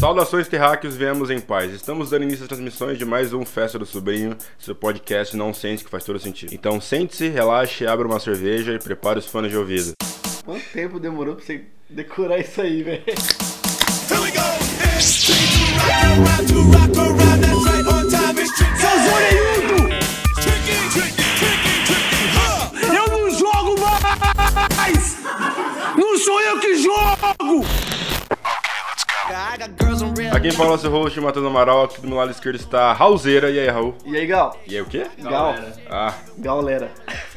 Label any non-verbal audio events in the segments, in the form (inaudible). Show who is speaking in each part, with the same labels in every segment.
Speaker 1: Saudações terráqueos, viemos em paz. Estamos dando início às transmissões de mais um Festa do Sobrinho, seu podcast não sense que faz todo sentido. Então sente-se, relaxe, abra uma cerveja e prepare os fones de ouvido.
Speaker 2: Quanto tempo demorou pra você decorar isso aí, velho?
Speaker 3: Eu não jogo mais! Não sou eu que jogo!
Speaker 1: A quem fala é o seu host, Matheus Amaral, aqui do meu lado esquerdo está Raulzeira. E aí, Raul?
Speaker 2: E aí, Gal?
Speaker 1: E aí, o quê?
Speaker 2: Gal?
Speaker 1: Ah,
Speaker 2: Galera.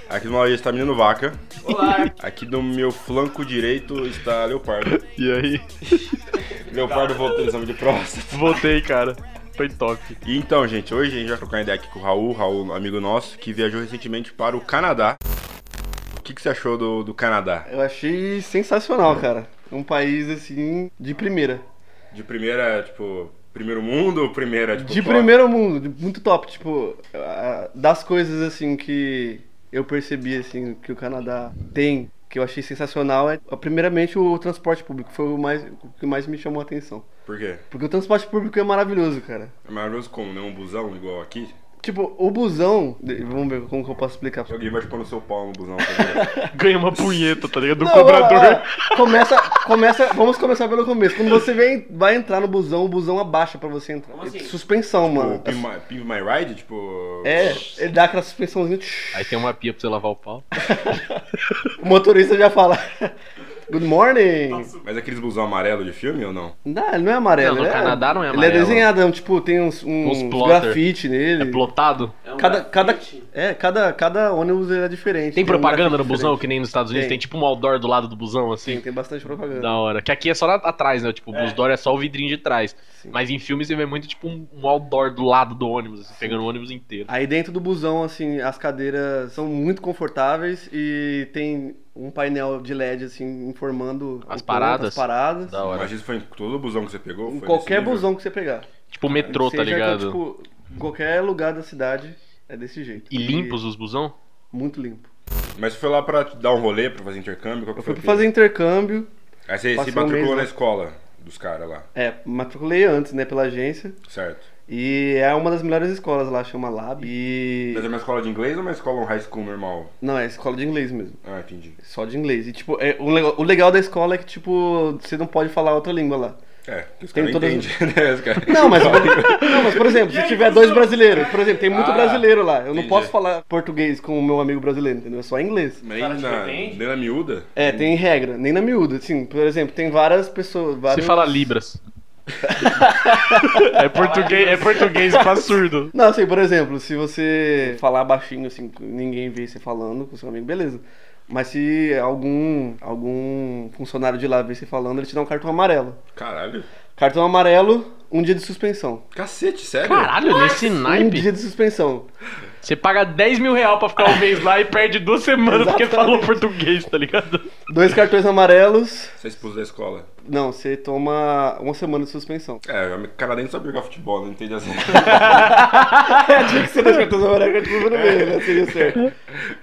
Speaker 1: aqui do meu lado está Menino Vaca. Olá. (laughs) Aqui do meu flanco direito está Leopardo.
Speaker 4: E aí,
Speaker 1: Leopardo voltou do exame de próstata.
Speaker 4: voltei, cara. Foi top.
Speaker 1: E então, gente, hoje a gente vai trocar ideia aqui com o Raul, Raul, amigo nosso, que viajou recentemente para o Canadá. O que, que você achou do, do Canadá?
Speaker 2: Eu achei sensacional, cara. Um país assim, de primeira.
Speaker 1: De primeira, tipo, primeiro mundo ou primeira, tipo,
Speaker 2: De
Speaker 1: só-
Speaker 2: primeiro mundo, de- muito top. Tipo, ah, das coisas assim que eu percebi assim que o Canadá tem, que eu achei sensacional, é primeiramente o transporte público. Foi o, mais, o que mais me chamou a atenção.
Speaker 1: Por quê?
Speaker 2: Porque o transporte público é maravilhoso, cara.
Speaker 1: É maravilhoso como, né? Um busão igual aqui.
Speaker 2: Tipo, o busão. de- Vamos ver como que eu posso explicar. pra
Speaker 1: Alguém vai tipo no seu pau no busão. tá
Speaker 2: (laughs)
Speaker 1: ligado?
Speaker 4: Ganhei uma punheta, tá ligado? Do
Speaker 2: Não,
Speaker 4: cobrador.
Speaker 2: olha lá. Começa, começa, vamos começar pelo começo. Quando você vem, vai entrar no busão, o busão abaixa pra você entrar. Suspensão,
Speaker 1: o
Speaker 2: mano.
Speaker 1: Tipo, Pimp My, Pimp My Ride, tipo...
Speaker 2: É, ele dá aquela suspensãozinha. tch,
Speaker 5: Aí tem uma pia pra você lavar o pau.
Speaker 4: É
Speaker 2: O motorista já fala. (laughs) Good morning.
Speaker 1: Mas aqueles busão amarelo de filme ou não?
Speaker 2: Não, ele não é amarelo.
Speaker 5: Não, no
Speaker 2: ele é-
Speaker 5: Canadá não é
Speaker 2: Ele é
Speaker 5: amarelo.
Speaker 2: desenhado, é um, tipo, tem uns, uns,
Speaker 5: Uns plotter.
Speaker 2: grafite nele.
Speaker 5: É plotado?
Speaker 2: cada, cada, é, cada, cada ônibus é diferente.
Speaker 5: Tem
Speaker 2: um
Speaker 5: propaganda
Speaker 2: grafite
Speaker 5: no busão,
Speaker 2: diferente.
Speaker 5: que nem nos Estados Unidos?
Speaker 2: Tem.
Speaker 5: Tem, tipo um outdoor do lado do busão, assim?
Speaker 2: Sim, tem bastante propaganda.
Speaker 5: Da hora. Que aqui é só na- atrás, né? Tipo, o busdoor é só o vidrinho de trás.
Speaker 2: Sim.
Speaker 5: Mas em filmes você vê muito, tipo, um um outdoor do lado do ônibus, assim, pegando o ônibus inteiro.
Speaker 2: Aí dentro do busão, assim, as cadeiras são muito confortáveis e tem um painel de LED, assim, informando
Speaker 5: As
Speaker 2: o ponto,
Speaker 5: paradas?
Speaker 2: as paradas.
Speaker 5: Da hora.
Speaker 1: Mas isso foi em todo o busão que você pegou?
Speaker 2: Em
Speaker 1: Foi
Speaker 2: qualquer
Speaker 1: nesse nível?
Speaker 2: busão que você pegar.
Speaker 5: Tipo metrô, tá
Speaker 2: Seja,
Speaker 5: ligado?
Speaker 2: Tipo, em qualquer lugar da cidade é desse jeito.
Speaker 5: E limpos os busão?
Speaker 2: Muito limpo.
Speaker 1: Mas você foi lá pra dar um rolê, pra fazer intercâmbio? Qual que
Speaker 2: Eu fui
Speaker 1: foi
Speaker 2: pra
Speaker 1: a
Speaker 2: fazer intercâmbio.
Speaker 1: pira? Aí você se
Speaker 2: passei um mês
Speaker 1: matriculou
Speaker 2: lá.
Speaker 1: na escola dos caras lá,
Speaker 2: É, matriculei antes, né, pela agência.
Speaker 1: certo?
Speaker 2: E é uma das melhores escolas lá, chama Lab. E.
Speaker 1: Mas é uma escola de inglês ou uma escola um high school normal?
Speaker 2: Não, é escola de inglês mesmo.
Speaker 1: Ah, entendi.
Speaker 2: Só de inglês. E, tipo, é, o, legal, o legal da escola é que, tipo, você não pode falar outra língua lá.
Speaker 1: É, porque os
Speaker 2: Tem
Speaker 1: caras
Speaker 2: todas-
Speaker 1: entendem, né? (laughs) Os caras-
Speaker 2: Não,
Speaker 5: (laughs)
Speaker 2: mas, não, mas por exemplo, se tiver dois brasileiros, por exemplo, tem muito
Speaker 1: Ah,
Speaker 2: brasileiro lá. Eu não
Speaker 1: entendi.
Speaker 2: posso falar português com o meu amigo brasileiro, entendeu? É só inglês.
Speaker 1: Nem na, nem na miúda?
Speaker 2: É, tem regra, nem na miúda. Assim, por exemplo, tem várias pessoas.
Speaker 5: Você
Speaker 2: Vários...
Speaker 5: fala libras.
Speaker 4: (laughs)
Speaker 5: é português, é português pra surdo.
Speaker 2: Não, assim, por exemplo, se você falar baixinho, assim, que ninguém vê você falando com seu amigo, beleza. Mas se algum, algum funcionário de lá vê você falando, ele te dá um cartão amarelo.
Speaker 1: Caralho.
Speaker 2: Cartão amarelo, um dia de suspensão.
Speaker 1: Cacete, sério?
Speaker 5: Caralho, nesse
Speaker 2: Um
Speaker 5: naipe.
Speaker 2: dia de suspensão.
Speaker 5: Você paga 10 mil reais pra ficar um mês lá e perde duas semanas porque falou português, tá ligado?
Speaker 2: Dois cartões amarelos.
Speaker 1: Você é expulso da escola.
Speaker 2: Não, você toma uma semana de suspensão.
Speaker 1: É, o cara nem sabe jogar futebol, não (laughs) entende assim.
Speaker 2: É, Tinha que ser dois cartões amarelos que eu meio, né? Seria certo.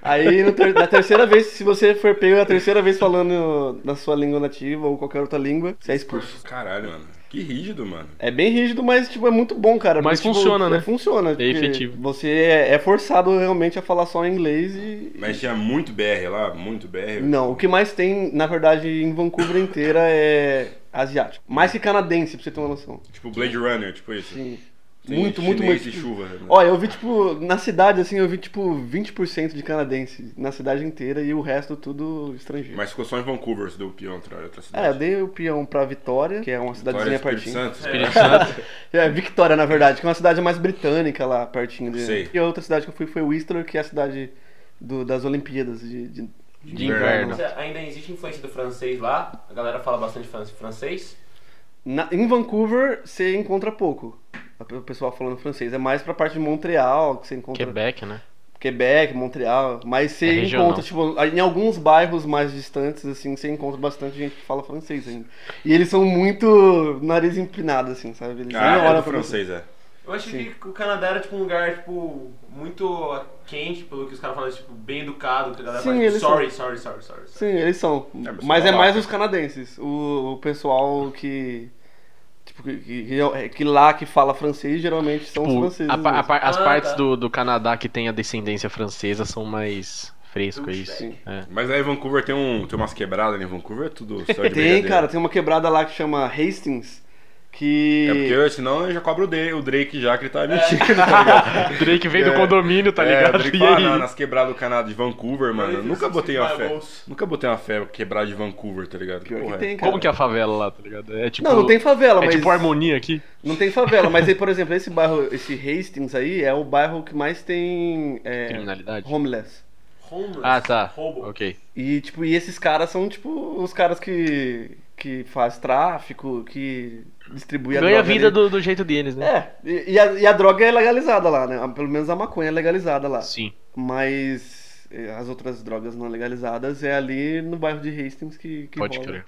Speaker 2: Aí, no ter- na terceira vez, se você for pego na terceira vez falando na sua língua nativa ou qualquer outra língua, você é expulso.
Speaker 1: Caralho, mano. Que rígido, mano.
Speaker 2: É bem rígido, mas, tipo, é muito bom, cara.
Speaker 5: Mas
Speaker 2: porque, tipo,
Speaker 5: funciona,
Speaker 2: é-
Speaker 5: né?
Speaker 2: Funciona. porque
Speaker 5: efetivo.
Speaker 2: Você é é forçado realmente a falar só inglês e...
Speaker 1: Mas tinha muito BR lá, muito BR.
Speaker 2: Não, o que mais tem, na verdade, em Vancouver inteira é asiático. Mais que canadense, pra você ter uma noção.
Speaker 1: Tipo Blade Runner, tipo isso.
Speaker 2: Sim.
Speaker 1: Tem
Speaker 2: muito, muito,
Speaker 1: chinês
Speaker 2: muito.
Speaker 1: e chuva. né?
Speaker 2: Olha, eu vi, tipo, na cidade, assim, eu vi, tipo, 20% de canadense na cidade inteira e o resto tudo estrangeiro.
Speaker 1: Mas ficou só em Vancouver, se deu o peão pra outra
Speaker 2: É, eu
Speaker 1: cidade.
Speaker 2: dei o peão pra Vitória, que é uma
Speaker 1: Vitória,
Speaker 2: cidadezinha
Speaker 1: Espírito
Speaker 2: pertinho.
Speaker 1: Santo.
Speaker 5: Espírito Santo.
Speaker 2: (laughs) É, Victoria, na verdade, que é uma cidade mais britânica lá pertinho de.
Speaker 1: Sei.
Speaker 2: E a outra cidade que eu fui foi Whistler, que é a cidade do- das Olimpíadas de, de-
Speaker 5: De inverno.
Speaker 6: Ainda existe influência do francês lá, a galera fala bastante fran- francês.
Speaker 2: Na- em Vancouver você encontra pouco. O pessoal falando francês. É mais pra parte de Montreal que você encontra.
Speaker 5: Quebec, né?
Speaker 2: Quebec, Montreal. Mas você
Speaker 5: É regional.
Speaker 2: encontra, tipo, em alguns bairros mais distantes, assim, você encontra bastante gente que fala francês ainda. E eles são muito nariz empinado, assim, sabe? Eles
Speaker 1: Ah,
Speaker 2: nem
Speaker 1: é
Speaker 2: olham
Speaker 1: do
Speaker 2: pra
Speaker 1: francês, é.
Speaker 6: Eu acho
Speaker 2: Sim.
Speaker 6: que o Canadá era tipo um lugar tipo muito quente, pelo que os caras falam, tipo bem educado, que a galera
Speaker 2: Sim,
Speaker 6: fala tipo,
Speaker 2: eles
Speaker 6: sorry, sorry, sorry, sorry,
Speaker 2: você.
Speaker 6: sorry.
Speaker 2: Sim, eles são.
Speaker 1: É, mas
Speaker 2: mas
Speaker 1: são
Speaker 2: é mais
Speaker 1: babacas.
Speaker 2: os canadenses. O, o pessoal que Tipo, que, que- que lá que fala francês geralmente são os
Speaker 5: Tipo,
Speaker 2: franceses.
Speaker 5: a pa- a
Speaker 2: mesmo.
Speaker 5: pa- as
Speaker 6: Ah,
Speaker 5: partes
Speaker 6: tá.
Speaker 5: do, do Canadá que tem a descendência francesa são mais frescas, isso.
Speaker 2: Sim.
Speaker 5: É.
Speaker 1: Mas aí Vancouver tem, um, tem umas quebradas né? Vancouver é
Speaker 2: (laughs)
Speaker 1: tudo céu de
Speaker 2: Tem,
Speaker 1: brigadeiro.
Speaker 2: cara, tem uma quebrada lá que chama Hastings, que.
Speaker 1: É porque senão eu já cobro o Drake, o Drake já que ele
Speaker 2: É.
Speaker 1: tá
Speaker 2: (laughs)
Speaker 1: mentindo, tá ligado?
Speaker 5: O Drake vem do condomínio, tá
Speaker 1: É, o
Speaker 5: ligado?
Speaker 1: Drake
Speaker 5: (laughs) E
Speaker 1: fala,
Speaker 5: aí?
Speaker 1: "Ah, nas quebradas do Canadá de Vancouver, mano. Eu
Speaker 6: Mas
Speaker 1: nunca
Speaker 6: isso
Speaker 1: botei
Speaker 6: se
Speaker 1: uma
Speaker 6: vai
Speaker 1: fé.
Speaker 6: bolso.
Speaker 1: Nunca botei uma fé quebrada de Vancouver, tá ligado?
Speaker 2: Pior que
Speaker 1: Porra,
Speaker 2: tem, cara.
Speaker 5: Como que é a favela lá, tá ligado? É tipo.
Speaker 2: Não, não tem favela,
Speaker 5: É
Speaker 2: mas.
Speaker 5: tipo harmonia aqui.
Speaker 2: Não tem favela, mas aí, por exemplo, esse bairro, esse Hastings aí, é o bairro que mais tem. é,
Speaker 5: Criminalidade.
Speaker 2: homeless.
Speaker 6: Homeless.
Speaker 5: Ah, tá.
Speaker 6: Roubo.
Speaker 5: Ok.
Speaker 2: E, tipo, e esses caras são, tipo, os caras que. que faz tráfico, que distribui a
Speaker 5: Ganha a
Speaker 2: droga
Speaker 5: vida
Speaker 2: ali.
Speaker 5: do, do jeito deles, né?
Speaker 2: É, e, e a, e a droga é legalizada lá, né? Pelo menos a maconha é legalizada lá.
Speaker 5: Sim.
Speaker 2: Mas eh, as outras drogas não legalizadas é ali no bairro de Hastings que, que
Speaker 5: Pode
Speaker 2: rola.
Speaker 5: crer.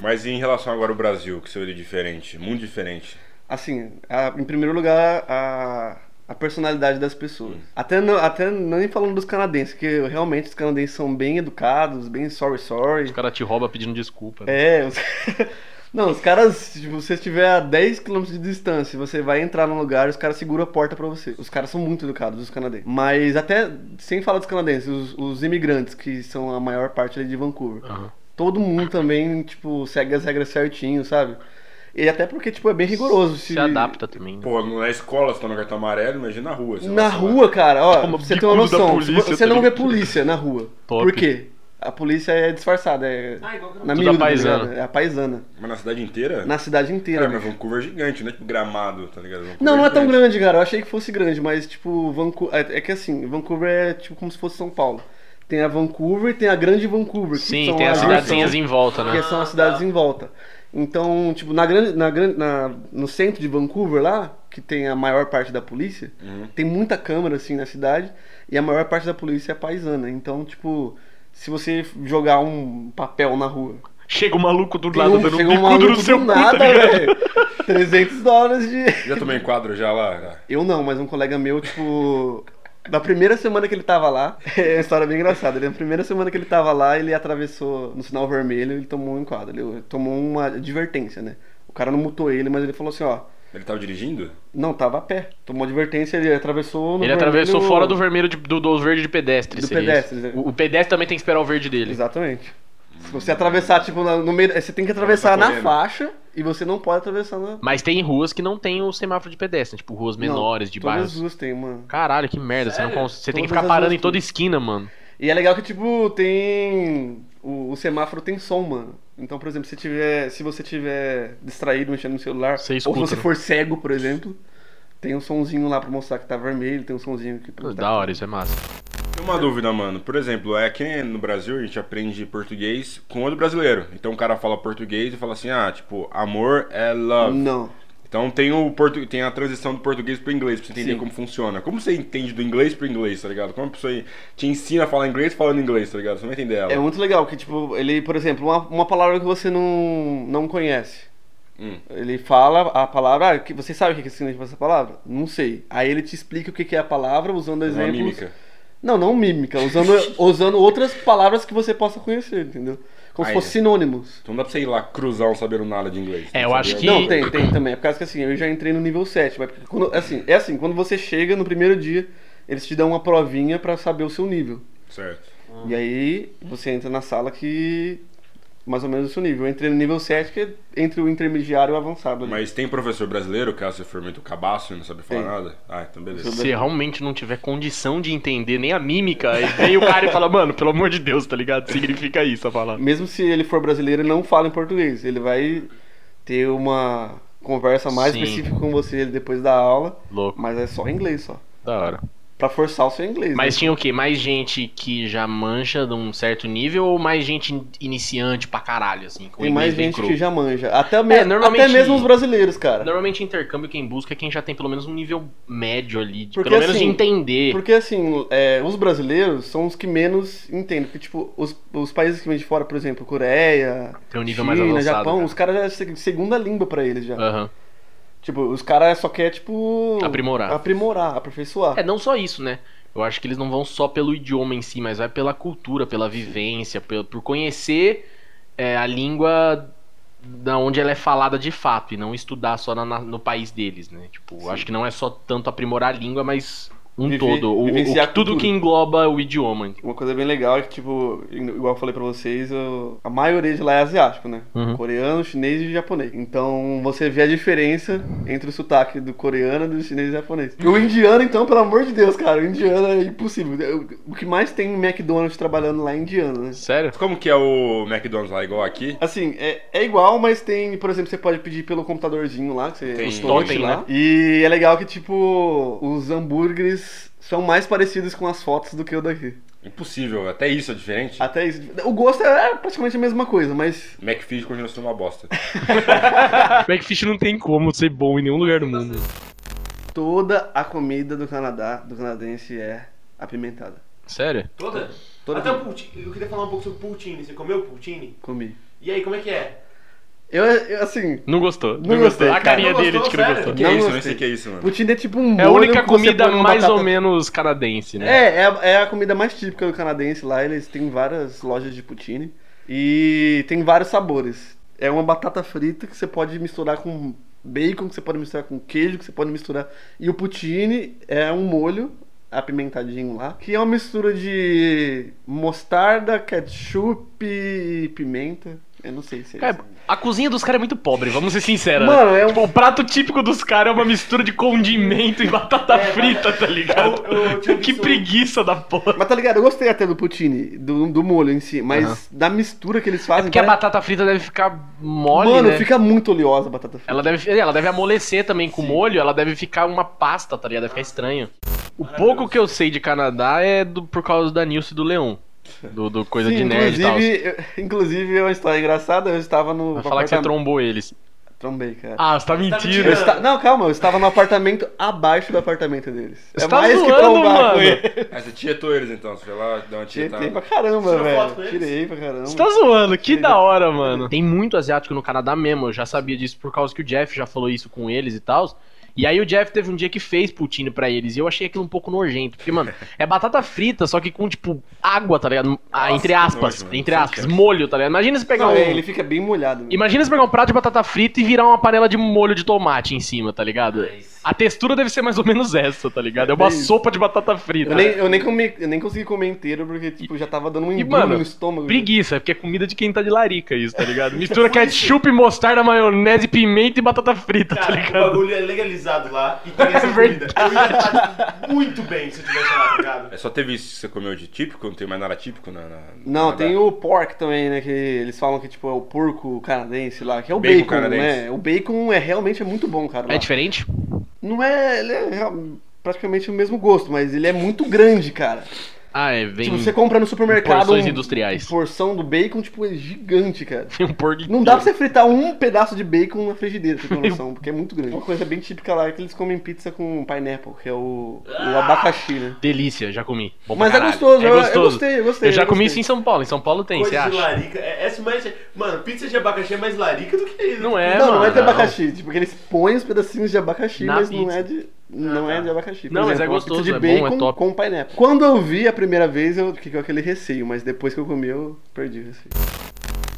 Speaker 1: Mas e em relação agora ao Brasil, que seria diferente, muito diferente.
Speaker 2: Assim, a- em primeiro lugar, a, a personalidade das pessoas. Até, não, até não nem falando dos canadenses, que realmente os canadenses são bem educados, bem sorry, sorry.
Speaker 5: Os caras te roubam pedindo desculpa. né?
Speaker 2: É, os... (laughs) Não, os caras, se tipo, você estiver a 10km de distância, e você vai entrar num lugar e os caras seguram a porta pra você. Os caras são muito educados, os canadenses. Mas até, sem falar dos canadenses, os, os imigrantes, que são a maior parte ali de Vancouver.
Speaker 5: Aham.
Speaker 2: Todo mundo também, tipo, segue as regras certinho, sabe? E até porque, tipo, é bem rigoroso. Se,
Speaker 5: Se adapta também. né?
Speaker 1: Pô, na escola você tá no cartão amarelo, imagina na rua. sei lá, sei
Speaker 2: Na
Speaker 1: lá.
Speaker 2: rua, cara, ó,
Speaker 5: Toma
Speaker 2: pra você ter uma
Speaker 5: bicudo da
Speaker 2: noção.
Speaker 5: polícia,
Speaker 2: você
Speaker 5: tá
Speaker 2: não vê
Speaker 5: ligado?
Speaker 2: polícia na rua.
Speaker 5: Top.
Speaker 2: Por quê? A polícia é disfarçada, é.
Speaker 6: Ah, igual que
Speaker 2: na
Speaker 5: Tudo
Speaker 2: miúda,
Speaker 5: a paisana.
Speaker 2: tá ligado? É a paisana.
Speaker 1: Mas na cidade inteira?
Speaker 2: Na cidade inteira.
Speaker 1: Cara, mas Vancouver é gigante, não é tipo gramado, tá ligado? Vancouver
Speaker 2: Não, não é tão
Speaker 1: gigante.
Speaker 2: grande, cara. Eu achei que fosse grande, mas tipo, Vancouver. É é que assim, Vancouver é tipo como se fosse São Paulo. Tem a Vancouver e tem a Grande Vancouver. Que
Speaker 5: Sim,
Speaker 2: são
Speaker 5: tem as
Speaker 2: junção-
Speaker 5: cidadezinhas em volta, né?
Speaker 2: Que são as cidades em volta. Então, tipo, na grande, na grande, na, no centro de Vancouver lá, que tem a maior parte da polícia,
Speaker 5: Uhum.
Speaker 2: tem muita câmera assim na cidade e a maior parte da polícia é paisana. Então, tipo, se você jogar um papel na rua,
Speaker 5: Chega o maluco do lado dando um
Speaker 2: chega um
Speaker 5: bicudo no
Speaker 2: maluco
Speaker 5: seu
Speaker 2: do
Speaker 5: cu,
Speaker 2: nada,
Speaker 5: tá ligado?
Speaker 2: velho. 300 dólares de
Speaker 1: Já tomei enquadro já lá? já.
Speaker 2: eu não, mas um colega meu, tipo. Na primeira semana que ele tava lá, (laughs) é uma história bem engraçada. Ele, na primeira semana que ele tava lá, ele atravessou no sinal vermelho ele tomou um enquadro. Ele tomou uma advertência, né? O cara não mutou ele, mas ele falou assim, ó.
Speaker 1: Ele tava dirigindo?
Speaker 2: Não, tava a pé. Tomou advertência, ele atravessou no
Speaker 5: Ele
Speaker 2: vermelho-
Speaker 5: atravessou fora do vermelho de- do, do verde de pedestre.
Speaker 2: Do
Speaker 5: seria
Speaker 2: pedestre,
Speaker 5: isso.
Speaker 2: né?
Speaker 5: O, o pedestre também tem que esperar o verde dele.
Speaker 2: Exatamente. Se você atravessar, tipo, na- no meio. Você tem que atravessar
Speaker 1: Tá
Speaker 2: na
Speaker 1: correndo.
Speaker 2: faixa e você não pode atravessar na.
Speaker 5: Mas tem ruas que não tem o semáforo de pedestre, tipo ruas menores,
Speaker 2: Não,
Speaker 5: de
Speaker 2: todas
Speaker 5: bairros.
Speaker 2: as duas Então, tem, mano.
Speaker 5: Caralho, que merda. Você, não
Speaker 6: Sério?
Speaker 5: cons- você tem que
Speaker 2: Todas
Speaker 5: ficar
Speaker 2: as
Speaker 5: parando
Speaker 2: duas
Speaker 5: em toda
Speaker 2: tem.
Speaker 5: esquina, mano.
Speaker 2: E é legal que, tipo, tem. O, o semáforo tem som, mano. Então, por exemplo, se, tiver, se você tiver distraído mexendo no celular,
Speaker 5: Você
Speaker 2: ou
Speaker 5: escuta,
Speaker 2: se você
Speaker 5: né?
Speaker 2: for cego, por exemplo, tem um sonzinho lá pra mostrar que tá vermelho, tem um sonzinho que. Tá...
Speaker 5: Da hora, isso é massa.
Speaker 1: Tem uma dúvida, mano. Por exemplo, é que no Brasil a gente aprende português com outro brasileiro. Então o cara fala português e fala assim, ah, tipo, amor é love.
Speaker 2: Não.
Speaker 1: Então tem, o portu... tem a transição do português pro inglês, pra você entender
Speaker 2: Sim.
Speaker 1: como funciona. Como você entende do inglês pro inglês, tá ligado? Como a pessoa te ensina a falar inglês falando inglês, tá ligado? Você não vai entender ela.
Speaker 2: É muito legal que, tipo, ele, por exemplo, uma, uma palavra que você não, não conhece.
Speaker 1: Hum.
Speaker 2: Ele fala a palavra, ah, que- você sabe o que que significa essa palavra? Não sei. Aí ele te explica o que que é a palavra usando
Speaker 1: Uma
Speaker 2: exemplos.
Speaker 1: mímica.
Speaker 2: Não, não mímica,
Speaker 5: (laughs)
Speaker 2: usando, usando outras palavras que você possa conhecer, entendeu? Como
Speaker 1: Aí,
Speaker 2: se fossem
Speaker 1: né?
Speaker 2: sinônimos.
Speaker 1: Então não dá pra você ir lá cruzar um sabendo nada de inglês.
Speaker 5: É,
Speaker 1: Tem
Speaker 5: eu acho
Speaker 1: saber
Speaker 5: que-
Speaker 2: Não, tem, tem também. É por causa que assim, eu já entrei no nível 7. Mas porque quando- assim, é assim, quando você chega no primeiro dia, eles te dão uma provinha pra saber o seu nível.
Speaker 1: Certo.
Speaker 2: E
Speaker 5: Ah.
Speaker 2: aí você entra na sala que. Mais ou menos o seu nível. Eu entrei no nível 7, que é entre o intermediário e o avançado ali.
Speaker 1: Mas tem professor brasileiro, caso você for muito cabaço e não sabe falar
Speaker 2: Tem.
Speaker 1: nada? Ah, então beleza.
Speaker 5: Se realmente não tiver condição de entender nem a mímica, aí vem o cara e fala, mano, pelo amor de Deus, tá ligado? Significa isso a palavra.
Speaker 2: Mesmo se ele for brasileiro, ele não fala em português. Ele vai ter uma conversa mais
Speaker 5: Sim.
Speaker 2: específica com você depois da aula.
Speaker 5: Louco,
Speaker 2: Mas é só em inglês só.
Speaker 5: da hora.
Speaker 2: Pra forçar o seu inglês.
Speaker 5: Mas
Speaker 2: né?
Speaker 5: tinha o quê? Mais gente que já mancha de um certo nível ou mais gente in- iniciante pra caralho, assim? Com
Speaker 2: Tem
Speaker 5: inglês
Speaker 2: mais
Speaker 5: bem
Speaker 2: gente
Speaker 5: cru?
Speaker 2: que já manja. Até, me-
Speaker 5: É, normalmente-
Speaker 2: até mesmo os brasileiros, cara.
Speaker 5: Normalmente intercâmbio quem busca é quem já tem pelo menos um nível médio ali, de,
Speaker 2: Porque,
Speaker 5: pelo menos de
Speaker 2: assim,
Speaker 5: entender.
Speaker 2: Porque assim, é, os brasileiros são os que menos entendem. Porque, tipo, os, os países que vêm de fora, por exemplo, Coreia,
Speaker 5: Tem um nível
Speaker 2: China,
Speaker 5: mais avançado,
Speaker 2: Japão,
Speaker 5: cara.
Speaker 2: os caras já é se- segunda língua pra eles já.
Speaker 5: Aham.
Speaker 2: Tipo, os caras só querem, tipo.
Speaker 5: Aprimorar.
Speaker 2: Aprimorar, aperfeiçoar.
Speaker 5: É, não só isso, né? Eu acho que eles não vão só pelo idioma em si, mas vai pela cultura, pela vivência, pelo- por conhecer é, a língua da onde ela é falada de fato e não estudar só na- na- no país deles, né? Tipo, acho que não é só tanto aprimorar a língua, mas um
Speaker 2: Vivi-
Speaker 5: todo, o, o-
Speaker 2: vivenciar a
Speaker 5: tudo
Speaker 2: cultura.
Speaker 5: que engloba o idioma.
Speaker 2: Uma coisa bem legal é que, tipo, igual eu falei pra vocês, eu- a maioria de lá é asiático, né?
Speaker 5: Uhum.
Speaker 2: Coreano, chinês e japonês. Então você vê a diferença entre o sotaque do coreano, do chinês e japonês. E o indiano, então, pelo amor de Deus, cara, o indiano é impossível. É o- O que mais tem em McDonald's trabalhando lá é indiano, né?
Speaker 5: (laughs) Sério?
Speaker 1: Como que é o McDonald's lá, igual aqui?
Speaker 2: Assim, é, é igual, mas tem, por exemplo, você pode pedir pelo computadorzinho lá, que você
Speaker 1: Tem
Speaker 2: os
Speaker 5: totem,
Speaker 2: torrent
Speaker 5: né?
Speaker 2: E é legal que, tipo, os hambúrgueres são mais parecidos com as fotos do que o daqui.
Speaker 1: Impossível, até isso é diferente.
Speaker 2: Até isso. O gosto é praticamente a mesma coisa, mas
Speaker 1: McFish continua sendo uma
Speaker 2: (laughs)
Speaker 1: bosta.
Speaker 5: Backfish é não tem como ser bom em nenhum lugar do mundo.
Speaker 2: toda a comida do Canadá, do canadense, é apimentada.
Speaker 5: Sério?
Speaker 6: Toda?
Speaker 2: Toda
Speaker 6: Até
Speaker 2: que
Speaker 6: o poutine. Eu queria falar um pouco sobre poutine. Você comeu poutine?
Speaker 2: comi.
Speaker 6: E aí, como é que é?
Speaker 2: Eu, eu, assim,
Speaker 5: Não gostou. Não,
Speaker 2: Não
Speaker 5: gostou.
Speaker 2: gostei,
Speaker 5: a
Speaker 2: cara.
Speaker 5: carinha
Speaker 6: Não
Speaker 5: dele de
Speaker 6: gostou,
Speaker 5: que não
Speaker 6: sério?
Speaker 5: gostou.
Speaker 1: Que é isso? Eu nem
Speaker 2: gostei.
Speaker 1: sei o que é isso, mano.
Speaker 2: poutine é tipo um
Speaker 5: É a
Speaker 2: molho
Speaker 5: única
Speaker 2: que você
Speaker 5: comida
Speaker 2: põe numa
Speaker 5: mais ou
Speaker 2: batata-
Speaker 5: menos canadense, né?
Speaker 2: É, é a, é a comida mais típica do canadense lá. Eles têm várias lojas de poutine e tem vários sabores. É uma batata frita que você pode misturar com bacon, que você pode misturar com queijo, que você pode misturar. E o poutine é um molho apimentadinho lá, que é uma mistura de mostarda, ketchup e pimenta. Eu não sei se é.
Speaker 5: Cara, a cozinha dos caras é muito pobre, vamos ser sinceros.
Speaker 2: Mano,
Speaker 5: né?
Speaker 2: é um-
Speaker 5: Tipo, o prato típico dos caras é uma mistura de condimento e
Speaker 2: É,
Speaker 5: batata frita, tá ligado?
Speaker 6: Eu- eu
Speaker 2: tipo
Speaker 6: tinha
Speaker 5: que
Speaker 6: visto um-
Speaker 5: preguiça da porra.
Speaker 2: Mas tá ligado, eu gostei até do poutine, do, do molho em si, mas da mistura que eles fazem.
Speaker 5: É Porque a
Speaker 2: parece-
Speaker 5: batata frita deve ficar mole,
Speaker 2: Mano,
Speaker 5: né?
Speaker 2: fica muito oleosa a batata frita.
Speaker 5: Ela deve, é, ela deve amolecer também com o molho, ela deve ficar uma pasta, tá ligado? Deve ficar estranho. O pouco que eu sei de Canadá é do- por causa da Nilce e do Leão. Do, do é coisa
Speaker 2: Sim,
Speaker 5: de nerd e tal.
Speaker 2: inclusive, eu- (laughs) inclusive é uma história engraçada, eu estava no
Speaker 5: Vai falar que você
Speaker 2: apartamento-
Speaker 5: trombou eles.
Speaker 2: Trombei, cara.
Speaker 5: Ah, você tá
Speaker 2: Eu
Speaker 5: mentindo.
Speaker 6: mentindo.
Speaker 2: esta- Não, calma, eu estava no apartamento abaixo do apartamento deles.
Speaker 5: Você tá zoando,
Speaker 2: É trombar
Speaker 5: mano.
Speaker 2: com ele.
Speaker 1: Ah, você tietou eles então, você foi lá, deu uma
Speaker 5: tá
Speaker 2: Tirei pra
Speaker 1: tietada.
Speaker 2: caramba,
Speaker 6: Tirou foto com
Speaker 2: velho.
Speaker 6: eles?
Speaker 2: Tirei pra caramba.
Speaker 5: Você tá zoando, que da hora, mano. Tem muito asiático no Canadá mesmo, eu já sabia disso por causa que o Jeff já falou isso com eles e tal. E aí o Jeff teve um dia que fez poutine pra eles e eu achei aquilo um pouco nojento. Porque, mano, é batata frita, só que com, tipo, água, tá ligado? Ah,
Speaker 1: Nossa,
Speaker 5: entre
Speaker 1: que
Speaker 5: aspas,
Speaker 1: nojo, mano.
Speaker 5: entre
Speaker 1: Sim,
Speaker 5: aspas,
Speaker 1: cara.
Speaker 5: molho, tá ligado? Imagina você pegar
Speaker 2: Não, é,
Speaker 5: um...
Speaker 2: ele fica bem molhado. velho.
Speaker 5: Imagina você pegar um prato de batata frita e virar uma panela de molho de tomate em cima, tá ligado?
Speaker 6: Nice.
Speaker 5: A textura deve ser mais ou menos essa, tá ligado? É uma
Speaker 2: É isso.
Speaker 5: sopa de batata frita.
Speaker 2: Eu nem, eu, nem comi- eu nem consegui comer inteiro porque, tipo, já tava dando um
Speaker 5: E,
Speaker 2: embrulho
Speaker 5: mano,
Speaker 2: no estômago.
Speaker 5: preguiça, porque é comida de quem tá de larica isso, tá
Speaker 2: (laughs)
Speaker 5: ligado? Mistura ketchup, mostarda, maionese, pimenta e batata frita, tá
Speaker 6: Cara, o
Speaker 5: ligado?
Speaker 6: bagulho é legalizado lá e tem
Speaker 5: (laughs)
Speaker 6: essa
Speaker 5: É
Speaker 6: comida. Eu ia estar tipo, muito bem se eu tivesse lá, tá ligado?
Speaker 1: É só teve isso que você comeu de típico, não tem mais nada típico na. na-
Speaker 2: Não, tá.
Speaker 1: na-
Speaker 2: tem o pork também, né? Que eles falam que, tipo, é o porco canadense lá, que é o
Speaker 1: Bacon
Speaker 2: bacon,
Speaker 1: canadense.
Speaker 2: né? O bacon é realmente é muito bom, cara. lá.
Speaker 5: É diferente?
Speaker 2: Não é. Ele é real- praticamente o mesmo gosto, mas ele é muito grande, cara.
Speaker 5: Ah, é, vem.
Speaker 2: Tipo, você compra no supermercado. um
Speaker 5: porções industriais.
Speaker 2: Porção do bacon, tipo, é gigante, cara.
Speaker 5: Tem um porco.
Speaker 2: Não dá pra você fritar um pedaço de bacon na frigideira, pra você
Speaker 5: (laughs)
Speaker 2: ter
Speaker 5: Meu-
Speaker 2: noção, porque é muito grande. Uma coisa bem típica lá é que eles comem pizza com pineapple, que é o, o abacaxi, né?
Speaker 5: Delícia, já comi. Bom pra
Speaker 2: Mas é
Speaker 5: caralho.
Speaker 2: gostoso, eu- eu gostei, eu gostei,
Speaker 5: Eu já
Speaker 2: eu
Speaker 5: comi isso
Speaker 2: gostei.
Speaker 5: em São Paulo, em São Paulo tem, você
Speaker 6: Coisa de
Speaker 5: acha?
Speaker 6: larica. É, essa mais, mano, pizza de abacaxi é mais larica do que isso.
Speaker 5: Não é,
Speaker 2: não,
Speaker 5: mano.
Speaker 2: não é de abacaxi, tipo, que eles põem os pedacinhos de abacaxi,
Speaker 5: Na
Speaker 2: mas não
Speaker 5: pizza.
Speaker 2: é de. Não é de abacaxi. Por
Speaker 5: Não, mas é
Speaker 2: exemplo, uma
Speaker 5: gostoso,
Speaker 2: pizza
Speaker 5: é
Speaker 2: de
Speaker 5: bom, é
Speaker 2: bacon
Speaker 5: top.
Speaker 2: com pineapple. Quando eu vi a primeira vez, eu fiquei com aquele receio, mas depois que eu comi, eu perdi o receio.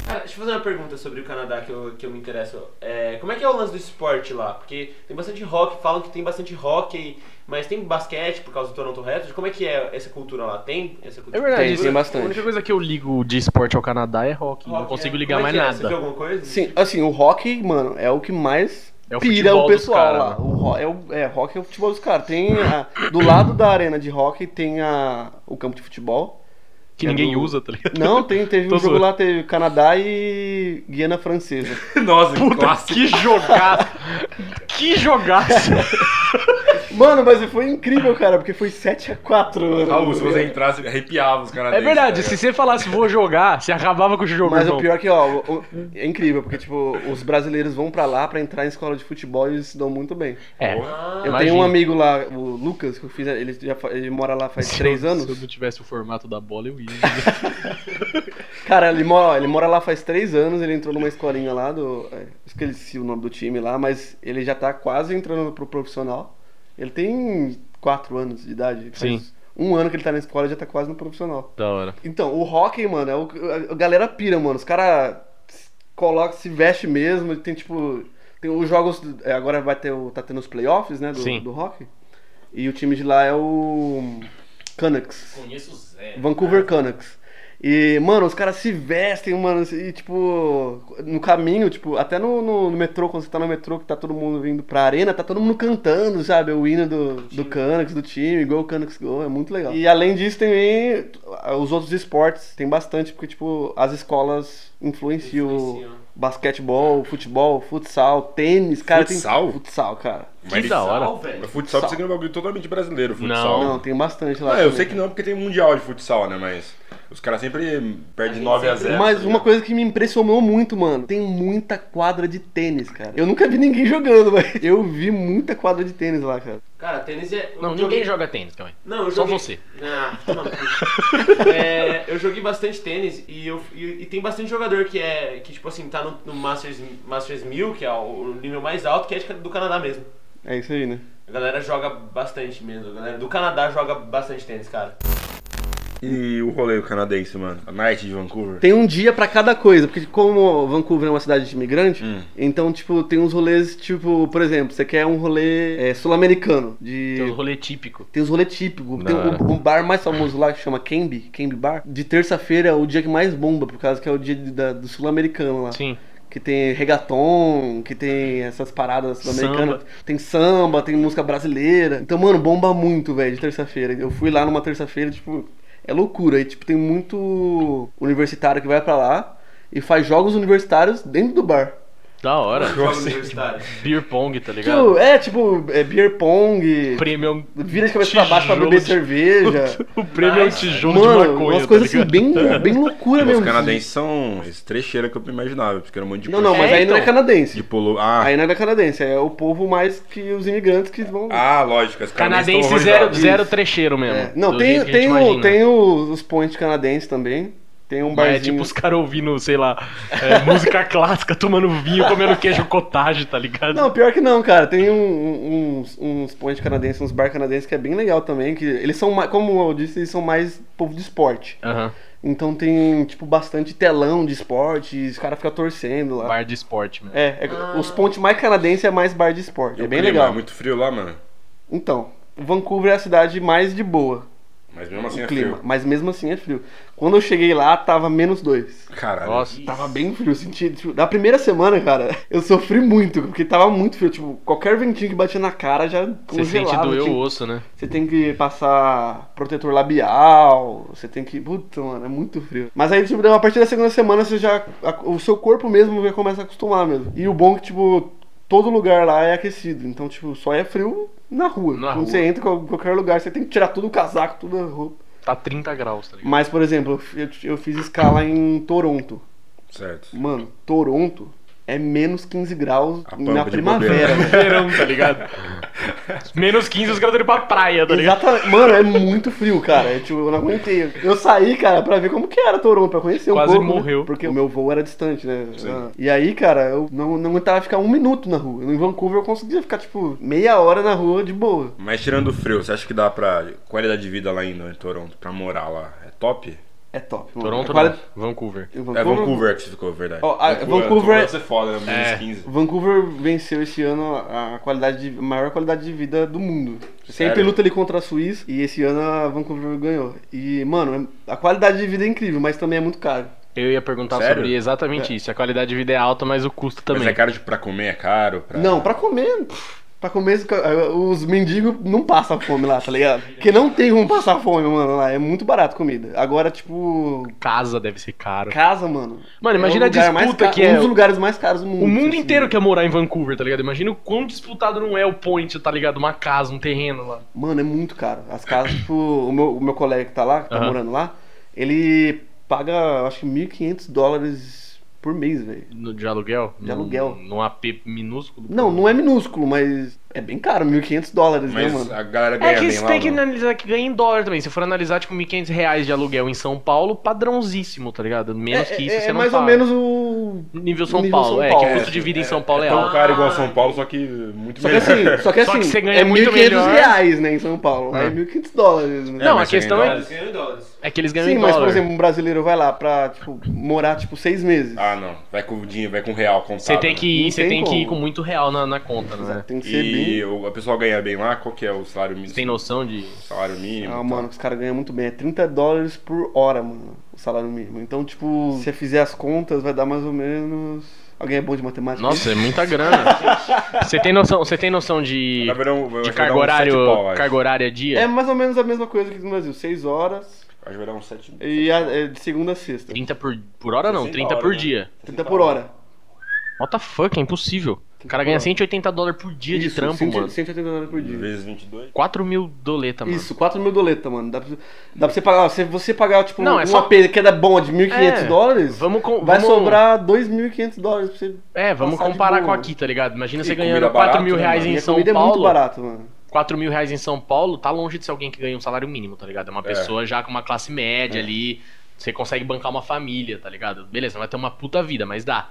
Speaker 6: Cara, Ah, deixa eu fazer uma pergunta sobre o Canadá que eu, que eu me interesso. É, como é que é o lance do esporte lá? Porque tem bastante rock, falam que tem bastante hockey, mas tem basquete por causa do Toronto Raptors. Como é que é essa cultura lá? Tem essa
Speaker 5: É
Speaker 6: cultura?
Speaker 5: verdade,
Speaker 2: Tem,
Speaker 5: isso.
Speaker 2: tem bastante.
Speaker 5: A única coisa que eu ligo de esporte ao Canadá é rock. não consigo ligar
Speaker 6: Como é
Speaker 5: mais
Speaker 6: que é? Você viu
Speaker 5: nada.
Speaker 6: alguma coisa?
Speaker 2: Sim, assim, o rock, mano, é o que mais
Speaker 5: É o
Speaker 2: pira
Speaker 5: futebol
Speaker 2: o
Speaker 5: dos
Speaker 2: pessoal
Speaker 5: cara,
Speaker 2: lá.
Speaker 5: né?
Speaker 2: O ro- é, o, é, rock é o futebol dos caras. Tem a- do lado da arena de rock tem a, o campo de futebol.
Speaker 5: Que
Speaker 2: É
Speaker 5: ninguém
Speaker 2: do-
Speaker 5: usa, tá
Speaker 2: (laughs)
Speaker 5: ligado?
Speaker 2: Não, tem,
Speaker 5: (laughs)
Speaker 2: teve
Speaker 5: Tô
Speaker 2: um jogo
Speaker 5: zoando.
Speaker 2: lá, teve Canadá e Guiana Francesa.
Speaker 1: (laughs) Nossa, que
Speaker 5: Puta,
Speaker 1: clássico.
Speaker 5: que jogaço! que jogaço!
Speaker 2: Mano, mas foi incrível, cara, porque foi 7x4, mano.
Speaker 1: Raul, se você entrasse, arrepiava os caras
Speaker 5: É verdade, se você falasse vou jogar, você acabava com o jogo.
Speaker 2: Mas
Speaker 5: irmão.
Speaker 2: o pior é que, ó, o- o- é incrível, porque, tipo, os brasileiros vão pra lá pra entrar em escola de futebol e eles se dão muito bem.
Speaker 5: É.
Speaker 6: Ah,
Speaker 2: Eu
Speaker 5: Imagina.
Speaker 2: tenho um amigo lá, o Lucas, que eu fiz, ele, já, fa- ele mora lá faz
Speaker 5: Se
Speaker 2: três
Speaker 5: eu-
Speaker 2: anos.
Speaker 5: Se eu não tivesse o formato da
Speaker 2: (laughs)
Speaker 5: bola, eu ia.
Speaker 2: Cara, ele mora, ele mora lá faz três anos, ele entrou numa escolinha lá do. é, Esqueci o nome do time lá, mas ele já tá quase entrando pro profissional. Ele tem quatro anos de idade. faz Um ano que ele tá na escola e já tá quase no profissional.
Speaker 5: da hora.
Speaker 2: Então, o hockey, mano, é o, a- a galera pira, mano. Os caras coloca, se veste mesmo, tem tipo. Tem os jogos. é, Agora vai ter o. tá tendo os playoffs, né? Do,
Speaker 5: Sim.
Speaker 2: do hockey. E o time de lá é o. Canucks.
Speaker 7: Conheço o Zé.
Speaker 2: Vancouver Canucks. E, mano, os caras se vestem, mano, e tipo, no caminho, tipo, até no, no- no metrô, quando você tá no metrô, que tá todo mundo vindo pra arena, tá todo mundo cantando, sabe? O hino do, do Canucks, do time, gol Canucks, gol, é muito legal. E além disso, também os outros esportes, tem bastante, porque, tipo, as escolas influenciam,
Speaker 6: Influenciam.
Speaker 2: basquetebol, futebol, futsal, tênis, cara.
Speaker 1: Futsal?
Speaker 2: Tem, futsal, cara.
Speaker 5: Que da hora.
Speaker 1: Mas é
Speaker 6: velho.
Speaker 1: futsal precisa que é um bagulho totalmente brasileiro, futsal.
Speaker 5: Não.
Speaker 2: Não, tem bastante lá.
Speaker 1: Ah, eu
Speaker 2: também,
Speaker 1: sei que não, porque tem mundial de futsal, né? Mas os caras sempre perdem
Speaker 6: gente
Speaker 1: 9 a tá
Speaker 6: sempre-
Speaker 1: 0
Speaker 2: Mas uma coisa que me impressionou muito, mano, tem muita quadra de tênis, cara. Eu nunca vi ninguém (laughs) jogando, mas eu vi muita quadra de tênis lá, cara.
Speaker 6: Cara, tênis é.
Speaker 5: Não,
Speaker 6: eu
Speaker 5: ninguém
Speaker 6: joguei-
Speaker 5: joga tênis também.
Speaker 6: Não, eu
Speaker 5: Só
Speaker 6: joguei...
Speaker 5: você.
Speaker 6: Ah, toma
Speaker 5: (laughs)
Speaker 6: no cu. É, eu joguei bastante tênis e, eu, e, e tem bastante jogador que é. que tipo assim, tá no, no Masters, Masters 1000, que é o nível mais alto, que é de- do Canadá mesmo.
Speaker 2: É isso aí, né?
Speaker 6: A galera joga bastante mesmo. A galera do Canadá joga bastante
Speaker 2: (laughs)
Speaker 6: tênis, cara.
Speaker 1: E o rolê canadense, mano? A Night de Vancouver?
Speaker 2: Tem um dia pra cada coisa, porque como Vancouver é uma cidade de imigrante,
Speaker 5: Hum.
Speaker 2: então, tipo, tem uns rolês, tipo, por exemplo, você quer um rolê é, sul-americano, de...
Speaker 5: Tem um rolê típico.
Speaker 2: Tem os rolê típico.
Speaker 5: Da
Speaker 2: Tem
Speaker 5: hora.
Speaker 2: um, um bar mais famoso lá que chama Camby, Camby Bar. De terça-feira é o dia que mais bomba, por causa que é o dia de- da- do sul-americano lá.
Speaker 5: Sim.
Speaker 2: Que tem reggaeton, que tem essas paradas sul-americanas. Tem samba, tem música brasileira. Então, mano, bomba muito, velho, de terça-feira. Eu fui lá numa terça-feira, tipo, é loucura. E, tipo, tem muito universitário que vai pra lá e faz jogos universitários dentro do bar.
Speaker 5: Da hora.
Speaker 6: Joga universitário.
Speaker 5: Beer pong, tá ligado?
Speaker 2: Tipo, é, tipo, é beer pong.
Speaker 5: Prêmio é um
Speaker 2: Vira de cabeça pra baixo pra
Speaker 5: tijolo
Speaker 2: beber
Speaker 5: de- (laughs)
Speaker 2: cerveja.
Speaker 4: O prêmio é um
Speaker 6: Nice.
Speaker 4: tijolo de
Speaker 2: Mano,
Speaker 4: maconha,
Speaker 2: umas coisas
Speaker 4: tá
Speaker 2: assim,
Speaker 4: ligado?
Speaker 2: bem, (laughs) bem loucura
Speaker 1: Os
Speaker 2: mesmo.
Speaker 1: canadenses são esse trecheiro que eu imaginava, porque era um monte de
Speaker 2: Não, não, mas
Speaker 5: É,
Speaker 2: aí não é
Speaker 5: então.
Speaker 1: de
Speaker 2: canadense.
Speaker 1: polo. Ah,
Speaker 2: Aí não é canadense, é o povo mais que os imigrantes que vão.
Speaker 1: ah, lógico. As
Speaker 5: Canadense
Speaker 1: canadenses
Speaker 5: tipo, zero,
Speaker 1: estão
Speaker 5: zero trecheiro mesmo.
Speaker 2: É. Não,
Speaker 5: do
Speaker 2: tem,
Speaker 5: jeito que a gente
Speaker 2: tem, o,
Speaker 5: imagina.
Speaker 2: tem o- os pontes canadenses também. Tem um
Speaker 5: Mas é
Speaker 2: barzinho.
Speaker 5: tipo os caras ouvindo, sei lá, é, música clássica, tomando vinho, comendo queijo cottage, tá ligado?
Speaker 2: Não, pior que não, cara. Tem um- um- uns, uns pontes canadenses, uns bar canadenses que é bem legal também. Que eles são, mais, como eu disse, eles são mais povo de esporte.
Speaker 5: Aham.
Speaker 2: Então tem, tipo, bastante telão de esporte, e os caras ficam torcendo lá.
Speaker 5: Bar de esporte, mano.
Speaker 2: É, é- os pontes mais canadenses é mais bar de esporte. é bem legal.
Speaker 1: É muito frio lá, mano.
Speaker 2: Então, Vancouver é a cidade mais de boa,
Speaker 1: Mas mesmo assim
Speaker 2: o
Speaker 1: é
Speaker 2: clima.
Speaker 1: frio.
Speaker 2: Mas mesmo assim é frio. Quando eu cheguei lá, tava menos dois.
Speaker 1: Caralho.
Speaker 5: Nossa,
Speaker 2: É. Tava bem frio, eu senti. Tipo, na primeira semana, cara, (laughs) eu sofri muito, porque tava muito frio. Tipo, qualquer ventinho que batia na cara já
Speaker 5: você sente
Speaker 2: congelava.
Speaker 5: doer o
Speaker 2: tinha-
Speaker 5: osso, né?
Speaker 2: Você tem que passar protetor labial, você tem que. Puta, mano, é muito frio. Mas aí, tipo, a partir da segunda semana, você já. a- o seu corpo mesmo já começa a acostumar mesmo. E o bom é que, tipo, todo lugar lá é aquecido. Então, tipo, só é frio na rua.
Speaker 5: Na
Speaker 2: Quando
Speaker 5: rua.
Speaker 2: você entra em qualquer lugar, você tem que tirar tudo o casaco, tudo a roupa.
Speaker 5: Tá 30 graus, tá ligado?
Speaker 2: Mas, por exemplo, eu fi- eu, eu fiz escala em Toronto.
Speaker 1: Certo.
Speaker 2: Mano, Toronto é menos 15 graus
Speaker 1: A
Speaker 2: na
Speaker 1: pampa de
Speaker 2: primavera.
Speaker 1: bobeira.
Speaker 2: velho.
Speaker 5: (laughs) Verão, tá ligado? (laughs) Menos 15 os caras estão indo pra praia, tá ligado?
Speaker 2: Exatamente. Mano, é muito frio, cara. É, tipo, eu não aguentei. Eu saí, cara, pra ver como que era Toronto, pra conhecer
Speaker 5: Quase
Speaker 2: um pouco. né?
Speaker 5: morreu.
Speaker 2: Porque o meu voo era distante, né? E aí, cara, eu não, não aguentava ficar um minuto na rua. Em Vancouver eu conseguia ficar, tipo, meia hora na rua de boa.
Speaker 1: Mas tirando o frio, você acha que dá pra. Qualidade de vida lá em, em Toronto, pra morar lá? É top?
Speaker 2: É top. Mano.
Speaker 5: Toronto,
Speaker 2: É quali-
Speaker 5: não. Vancouver.
Speaker 1: É Vancouver que você ficou, verdade.
Speaker 2: Ó, a- Vancouver-
Speaker 1: Deve ser foda, né? Menos
Speaker 5: É.
Speaker 1: 15.
Speaker 2: Vancouver venceu esse ano a qualidade de, a maior qualidade de vida do mundo. Sempre
Speaker 1: Sério?
Speaker 2: luta ali contra a Suíça e esse ano a Vancouver ganhou. E, mano, a qualidade de vida é incrível, mas também é muito caro.
Speaker 5: Eu ia perguntar
Speaker 1: Sério?
Speaker 5: sobre exatamente isso. A qualidade de vida é alta, mas o custo também.
Speaker 1: Mas é caro de, pra comer, é caro? Pra...
Speaker 2: Não, pra comer. pff, Pra comer, os ca- os mendigos não passam fome lá, tá ligado? Porque não tem como passar fome, mano, lá. É muito barato a comida. Agora, tipo,
Speaker 5: Casa deve ser caro.
Speaker 2: casa, mano.
Speaker 5: Mano, imagina
Speaker 2: é
Speaker 5: a
Speaker 2: o lugar mais
Speaker 5: disputa
Speaker 2: ca-
Speaker 5: que é
Speaker 2: Um dos
Speaker 5: o-
Speaker 2: lugares mais caros do mundo.
Speaker 5: O mundo
Speaker 2: assim.
Speaker 5: inteiro quer morar em Vancouver, tá ligado? Imagina o quão disputado não é o point, tá ligado? Uma casa, um terreno lá.
Speaker 2: Mano, é muito caro. As
Speaker 5: (coughs)
Speaker 2: casas, tipo, o meu, o meu colega que tá lá, que tá
Speaker 5: Aham.
Speaker 2: morando lá, ele paga, eu acho que 1.500 dólares por mês, velho.
Speaker 5: No, de aluguel?
Speaker 2: De aluguel.
Speaker 5: Num, num AP minúsculo.
Speaker 2: Não, não é minúsculo, mas é bem caro, 1.500 dólares, né,
Speaker 1: Mas
Speaker 2: mano?
Speaker 1: a galera ganha
Speaker 5: É que
Speaker 1: bem
Speaker 5: você
Speaker 1: lá.
Speaker 5: tem que
Speaker 1: não?
Speaker 5: analisar que ganha em dólar também. Se for analisar, tipo, 1.500 reais de aluguel em São Paulo, padrãozíssimo, tá ligado? Menos
Speaker 2: é,
Speaker 5: que isso,
Speaker 2: é,
Speaker 5: você
Speaker 2: é
Speaker 5: não
Speaker 2: mais ou
Speaker 5: paga.
Speaker 2: menos o
Speaker 5: nível São
Speaker 2: Nível
Speaker 5: Paulo.
Speaker 2: São
Speaker 5: é,
Speaker 2: Paulo,
Speaker 5: que o
Speaker 2: é,
Speaker 5: custo de vida em São Paulo
Speaker 1: É
Speaker 5: é,
Speaker 1: tão
Speaker 5: alto.
Speaker 1: caro igual São Paulo, só que muito
Speaker 2: Só que
Speaker 1: melhor.
Speaker 5: (laughs)
Speaker 2: assim, só que
Speaker 5: Só
Speaker 2: assim,
Speaker 5: que você ganha
Speaker 2: é
Speaker 5: muito
Speaker 2: 1.500
Speaker 5: melhor.
Speaker 2: reais, né, em São Paulo. É,
Speaker 5: É.
Speaker 2: 1.500 dólares, né?
Speaker 5: Não, a
Speaker 1: mas você
Speaker 5: questão
Speaker 1: ganha
Speaker 5: é-
Speaker 1: em dólares?
Speaker 6: Ganhou em dólares.
Speaker 5: É que eles ganham
Speaker 2: Sim,
Speaker 5: em
Speaker 2: mas, por
Speaker 5: dólar.
Speaker 2: exemplo, um brasileiro vai lá pra, tipo, morar, tipo, seis meses.
Speaker 1: (laughs) Ah, não. Vai com o dinheiro, vai com o real contado.
Speaker 5: Você tem que
Speaker 2: Não
Speaker 5: ir, você
Speaker 2: tem
Speaker 5: tem que ir
Speaker 2: como.
Speaker 5: com muito real na, na conta, né?
Speaker 2: Exato, Tem que ser
Speaker 1: E
Speaker 2: bem...
Speaker 1: o a pessoa ganha bem lá, qual que é o salário mínimo?
Speaker 5: Você tem noção de.
Speaker 1: Salário mínimo.
Speaker 2: Ah,
Speaker 1: tá?
Speaker 2: mano, os caras ganham muito bem. É 30 dólares por hora, mano, o salário mínimo. Então, tipo, se você fizer as contas, vai dar mais ou menos... Alguém é bom de matemática?
Speaker 5: Nossa, é muita
Speaker 2: (laughs)
Speaker 5: grana. Você tem noção, você tem noção de,
Speaker 1: Na verdade, eu acho que
Speaker 5: de
Speaker 1: vai
Speaker 5: carga
Speaker 1: dar uns
Speaker 5: horário,
Speaker 1: sete pau, acho.
Speaker 5: carga horária dia?
Speaker 2: É mais ou menos a mesma coisa que no Brasil. Seis horas
Speaker 1: Acho que vai um dar uns 7 mil.
Speaker 2: e a- é de segunda a sexta.
Speaker 5: 30 por, por hora não,
Speaker 1: 60
Speaker 5: 30 por
Speaker 1: horas, né?
Speaker 5: dia.
Speaker 2: 30 por hora.
Speaker 5: What the fuck, é impossível. O cara ganha 180 dólares por dia de
Speaker 2: Isso,
Speaker 5: trampo,
Speaker 2: 100
Speaker 5: mano.
Speaker 2: 180 dólares por dia.
Speaker 1: Vezes 22.
Speaker 5: 4 mil doleta, mano.
Speaker 2: Isso, 4 mil doleta, mano. Dá pra, dá pra você pagar. Se você pagar, tipo,
Speaker 5: Não, é
Speaker 2: uma
Speaker 5: só-
Speaker 2: pe- queda bom de 1.500
Speaker 5: É,
Speaker 2: dólares,
Speaker 5: vamos com-
Speaker 2: vai
Speaker 5: vamos-
Speaker 2: sobrar 2.500 dólares pra você.
Speaker 5: É, vamos
Speaker 2: Passar de
Speaker 5: comparar
Speaker 2: boa.
Speaker 5: com aqui, tá ligado? Imagina
Speaker 1: E
Speaker 5: você
Speaker 1: comida
Speaker 5: ganhando 4
Speaker 1: barata,
Speaker 5: mil
Speaker 1: né,
Speaker 5: reais
Speaker 1: mano?
Speaker 5: em
Speaker 2: Minha
Speaker 5: São
Speaker 2: comida é muito
Speaker 5: Paulo.
Speaker 2: barato, mano.
Speaker 5: 4 mil reais em São Paulo, tá longe de ser alguém que ganha um salário mínimo, tá ligado? É uma pessoa já com uma classe média
Speaker 2: É.
Speaker 5: ali, você consegue bancar uma família, tá ligado? Beleza, não vai ter uma puta vida, mas dá.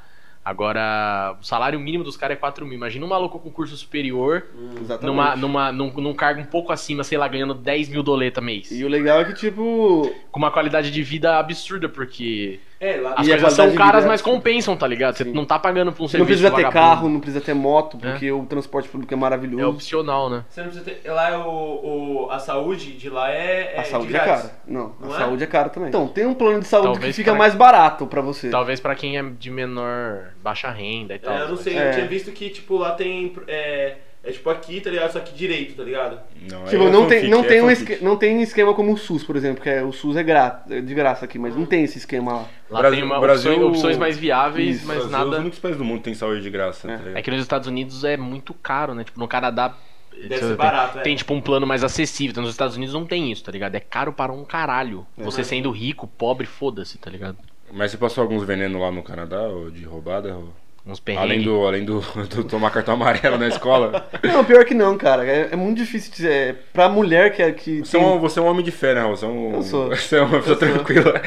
Speaker 5: Agora, o salário mínimo dos caras é 4 mil. Imagina um maluco com curso superior,
Speaker 2: Exatamente.
Speaker 5: numa, numa, num, num cargo um pouco acima, sei lá, ganhando 10 mil doleta mês.
Speaker 2: E o legal é que, tipo,
Speaker 5: Com uma qualidade de vida absurda, porque
Speaker 6: É, lá
Speaker 5: as
Speaker 2: E a qualidade
Speaker 5: coisas são
Speaker 2: de
Speaker 5: caras,
Speaker 2: vida é
Speaker 5: mas compensam, tá ligado? Você
Speaker 2: Sim.
Speaker 5: não tá pagando pra um
Speaker 2: você não
Speaker 5: serviço
Speaker 2: precisa ter
Speaker 5: vagabundo.
Speaker 2: carro, não precisa ter moto, porque o transporte público é
Speaker 5: É
Speaker 2: maravilhoso.
Speaker 5: opcional, né?
Speaker 6: Você não precisa ter. Lá é o, o- a saúde de lá é. é
Speaker 2: A saúde
Speaker 6: de
Speaker 2: é
Speaker 6: grátis.
Speaker 2: cara. Não,
Speaker 6: Não
Speaker 2: a
Speaker 6: é?
Speaker 2: saúde é cara também. Então, tem um plano de saúde
Speaker 5: Talvez
Speaker 2: que fica
Speaker 5: pra-
Speaker 2: mais barato pra você.
Speaker 5: Talvez pra quem é de menor, baixa renda e tal.
Speaker 6: É, eu não
Speaker 5: mas-
Speaker 6: sei,
Speaker 2: É.
Speaker 6: eu tinha visto que, tipo, lá tem. É, é tipo aqui, tá ligado? Só que direito, tá ligado?
Speaker 1: Não, aí
Speaker 2: Tipo,
Speaker 1: é
Speaker 2: não tem,
Speaker 1: fanfic,
Speaker 2: não,
Speaker 1: é
Speaker 2: tem um
Speaker 1: fanfic.
Speaker 2: esque- não tem esquema como o SUS, por exemplo, que é, o SUS é, gra- é de graça aqui,
Speaker 5: Ah.
Speaker 2: mas não tem esse esquema lá.
Speaker 5: Lá
Speaker 1: Brasil-
Speaker 5: tem uma
Speaker 1: Brasil-
Speaker 5: opções, opções mais viáveis,
Speaker 2: Isso,
Speaker 5: mas
Speaker 1: Brasil, Os
Speaker 6: é
Speaker 5: nada.
Speaker 1: únicos países do mundo tem saúde de graça. tá ligado?
Speaker 5: É que nos Estados Unidos é muito caro, né? Tipo, no Canadá.
Speaker 6: Deve
Speaker 5: sei
Speaker 6: ser
Speaker 5: lá,
Speaker 6: barato,
Speaker 5: tem,
Speaker 6: é.
Speaker 5: tem, tipo um plano mais acessível. Então, nos Estados Unidos não tem isso, tá ligado? É caro para um caralho.
Speaker 6: É.
Speaker 5: Você sendo rico, pobre, foda-se, tá ligado?
Speaker 1: Mas você passou alguns venenos lá no Canadá, ou de roubada? ou-
Speaker 5: Uns perrengues.
Speaker 1: Além, do, além do, (laughs) do tomar cartão amarelo na
Speaker 5: (laughs)
Speaker 1: escola.
Speaker 2: Não, pior que não, cara. É, é muito difícil dizer. É, pra mulher que, que
Speaker 1: Você é, um, você é um homem de fé, né, Raul? Você é um,
Speaker 2: Eu sou.
Speaker 1: (laughs) Você é uma pessoa tranquila.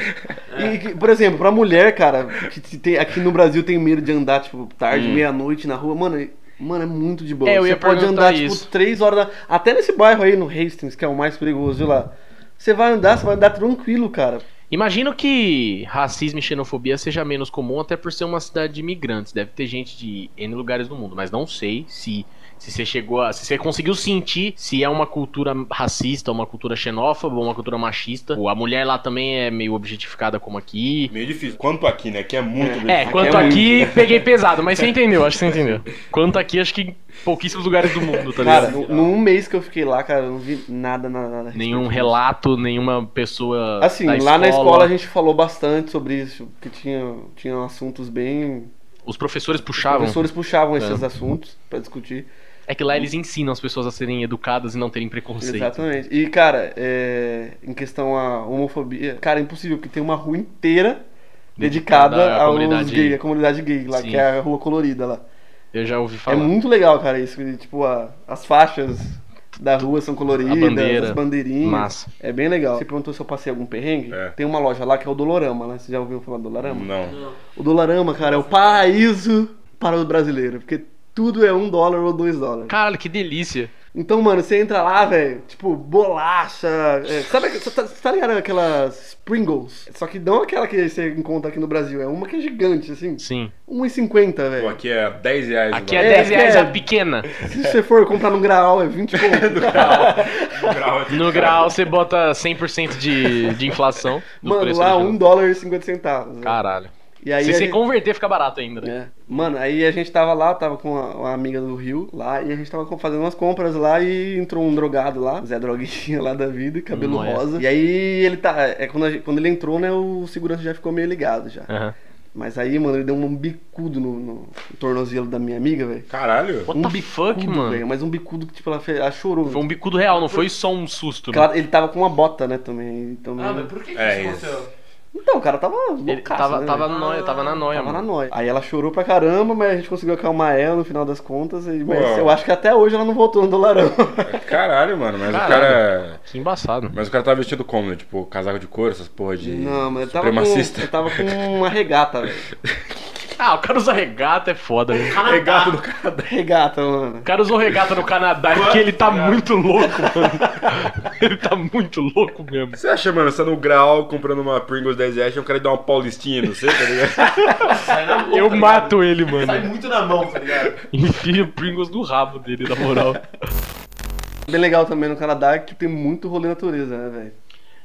Speaker 2: E que, por exemplo, pra mulher, cara, que te- tem, aqui no Brasil tem medo de andar, tipo, tarde, meia-noite na rua, mano. e- Mano, é muito de boa.
Speaker 5: Hum. É, eu
Speaker 2: você
Speaker 5: ia
Speaker 2: pode
Speaker 5: perguntar
Speaker 2: andar,
Speaker 5: isso.
Speaker 2: tipo, três horas da. Até nesse bairro aí, no Hastings, que é o mais perigoso de lá. Você vai andar, você vai andar tranquilo, cara.
Speaker 5: Imagino que racismo e xenofobia seja menos comum, até por ser uma cidade de imigrantes. Deve ter gente de N lugares do mundo, mas não sei se se você chegou a. Se você conseguiu sentir se é uma cultura racista, uma cultura xenófoba, uma cultura machista. A mulher lá também é meio objetificada como aqui.
Speaker 1: Meio difícil. Quanto aqui, né? Que é muito difícil.
Speaker 5: É, quanto
Speaker 2: é muito.
Speaker 5: aqui, (laughs) peguei pesado, mas você entendeu, acho que você entendeu. Quanto aqui, acho que em pouquíssimos lugares do mundo, tá
Speaker 2: Cara,
Speaker 5: ligado?
Speaker 2: num num mês que eu fiquei lá, cara, eu não vi nada, nada, nada. a respeito
Speaker 5: Nenhum
Speaker 2: disso.
Speaker 5: relato, nenhuma pessoa.
Speaker 2: Assim,
Speaker 5: da
Speaker 2: lá na escola a gente falou bastante sobre isso, que tinha, tinha assuntos bem.
Speaker 5: Os professores
Speaker 2: Os
Speaker 5: puxavam.
Speaker 2: professores puxavam esses assuntos pra discutir.
Speaker 5: É que lá eles ensinam as pessoas a serem educadas e não terem preconceito.
Speaker 2: Hum. Exatamente. E, cara, é, em questão à homofobia, cara, é impossível, porque tem uma rua inteira
Speaker 5: Dedicada
Speaker 2: dedicada,
Speaker 5: à
Speaker 2: aos
Speaker 5: comunidade-
Speaker 2: gay, à Hum. comunidade gay lá,
Speaker 5: Sim.
Speaker 2: que é a Rua Colorida lá.
Speaker 5: Eu já ouvi falar.
Speaker 2: É muito legal, cara, isso. que, Tipo, a- as faixas da rua são coloridas,
Speaker 5: A bandeira.
Speaker 2: as bandeirinhas.
Speaker 5: Massa.
Speaker 2: É bem legal. Você perguntou se eu passei algum perrengue?
Speaker 1: É. Hum.
Speaker 2: Tem uma loja lá que é o Dolorama, né? Você já ouviu falar do Dolorama?
Speaker 1: Não.
Speaker 2: O Dolorama, cara, é o paraíso para o brasileiro, porque tudo é um dólar ou dois dólares.
Speaker 5: Caralho, que delícia.
Speaker 2: Então, mano, você entra lá, velho, tipo, bolacha. é, sabe, você tá, você tá ligado aquelas Pringles? Só que não aquela que você encontra aqui no Brasil, é uma que é gigante, assim.
Speaker 5: Sim.
Speaker 2: 1,50,
Speaker 1: Pô,
Speaker 2: velho.
Speaker 1: aqui é 10 reais.
Speaker 5: Aqui
Speaker 1: o
Speaker 5: é
Speaker 2: É,
Speaker 5: 10
Speaker 2: aqui
Speaker 5: reais
Speaker 2: é-
Speaker 5: a pequena.
Speaker 2: Se você for comprar num graal, é 20
Speaker 5: (laughs)
Speaker 2: conto.
Speaker 1: grau.
Speaker 5: No grau você bota 100% de, de inflação.
Speaker 2: (laughs)
Speaker 5: do
Speaker 2: Mano,
Speaker 5: preço
Speaker 2: lá
Speaker 5: original.
Speaker 2: 1 dólar e 50 centavos. né?
Speaker 5: Caralho.
Speaker 2: E aí
Speaker 5: Se
Speaker 2: a
Speaker 5: você
Speaker 2: gente-
Speaker 5: converter, fica barato ainda. né?
Speaker 2: É. Mano, aí a gente tava lá, tava com uma, uma amiga do Rio lá, e a gente tava co- fazendo umas compras lá e entrou um drogado lá, Zé Droguinha (laughs) lá da vida, cabelo
Speaker 5: Noia.
Speaker 2: rosa. E aí ele tá. É quando, a gente- quando ele entrou, né, o segurança já ficou meio ligado já.
Speaker 5: Aham.
Speaker 2: Mas aí, mano, ele deu um bicudo no, no tornozelo da minha amiga, velho.
Speaker 1: Caralho.
Speaker 5: What
Speaker 2: Um
Speaker 5: the fuck,
Speaker 2: Bicudo,
Speaker 5: mano?
Speaker 2: velho, Mas um bicudo que, tipo, ela, fez, ela chorou.
Speaker 5: Foi um bicudo real, não foi só um susto.
Speaker 2: Porque
Speaker 5: Né?
Speaker 2: ela- ele tava com uma bota, né, também. Então,
Speaker 6: Ah, mas por que, que
Speaker 1: É
Speaker 6: isso
Speaker 1: isso.
Speaker 6: aconteceu?
Speaker 2: Então, o cara tava
Speaker 5: Ele
Speaker 2: loucaço,
Speaker 5: tava,
Speaker 2: né,
Speaker 5: tava,
Speaker 2: velho?
Speaker 5: na noia, tava na noia,
Speaker 2: Tava na
Speaker 5: mano.
Speaker 2: noia. Aí ela chorou pra caramba, mas a gente conseguiu acalmar ela no final das contas. E, mas
Speaker 1: Uau.
Speaker 2: eu acho que até hoje ela não voltou no dolarão.
Speaker 1: Caralho, mano. Mas
Speaker 5: Caralho.
Speaker 1: o cara. é
Speaker 5: Que embaçado.
Speaker 1: Mas o cara tava vestido como? né?
Speaker 2: (laughs)
Speaker 1: Tipo, casaco de couro, essas porra de.
Speaker 2: Não, mas eu tava, com,
Speaker 1: supremacista.
Speaker 5: (laughs)
Speaker 2: eu tava com uma regata, velho.
Speaker 5: Ah, o cara usa regata, é foda. Né?
Speaker 6: Canadá.
Speaker 2: do Canadá. Regata, mano.
Speaker 5: O cara usou regata no Canadá, é porque ele tá muito louco, mano. (laughs) Ele tá muito louco mesmo.
Speaker 1: Você acha, mano, você tá no grau comprando uma Pringles 10 reais, um cara dar uma paulistinha, não sei, tá ligado?
Speaker 6: Sai na mão,
Speaker 5: Eu
Speaker 6: tá ligado?
Speaker 5: mato ele,
Speaker 6: Sai
Speaker 5: mano.
Speaker 6: muito na mão, tá ligado?
Speaker 5: (laughs) Enfia o Pringles no rabo dele, na moral.
Speaker 2: Bem legal também no Canadá é que tem muito rolê natureza, né, velho?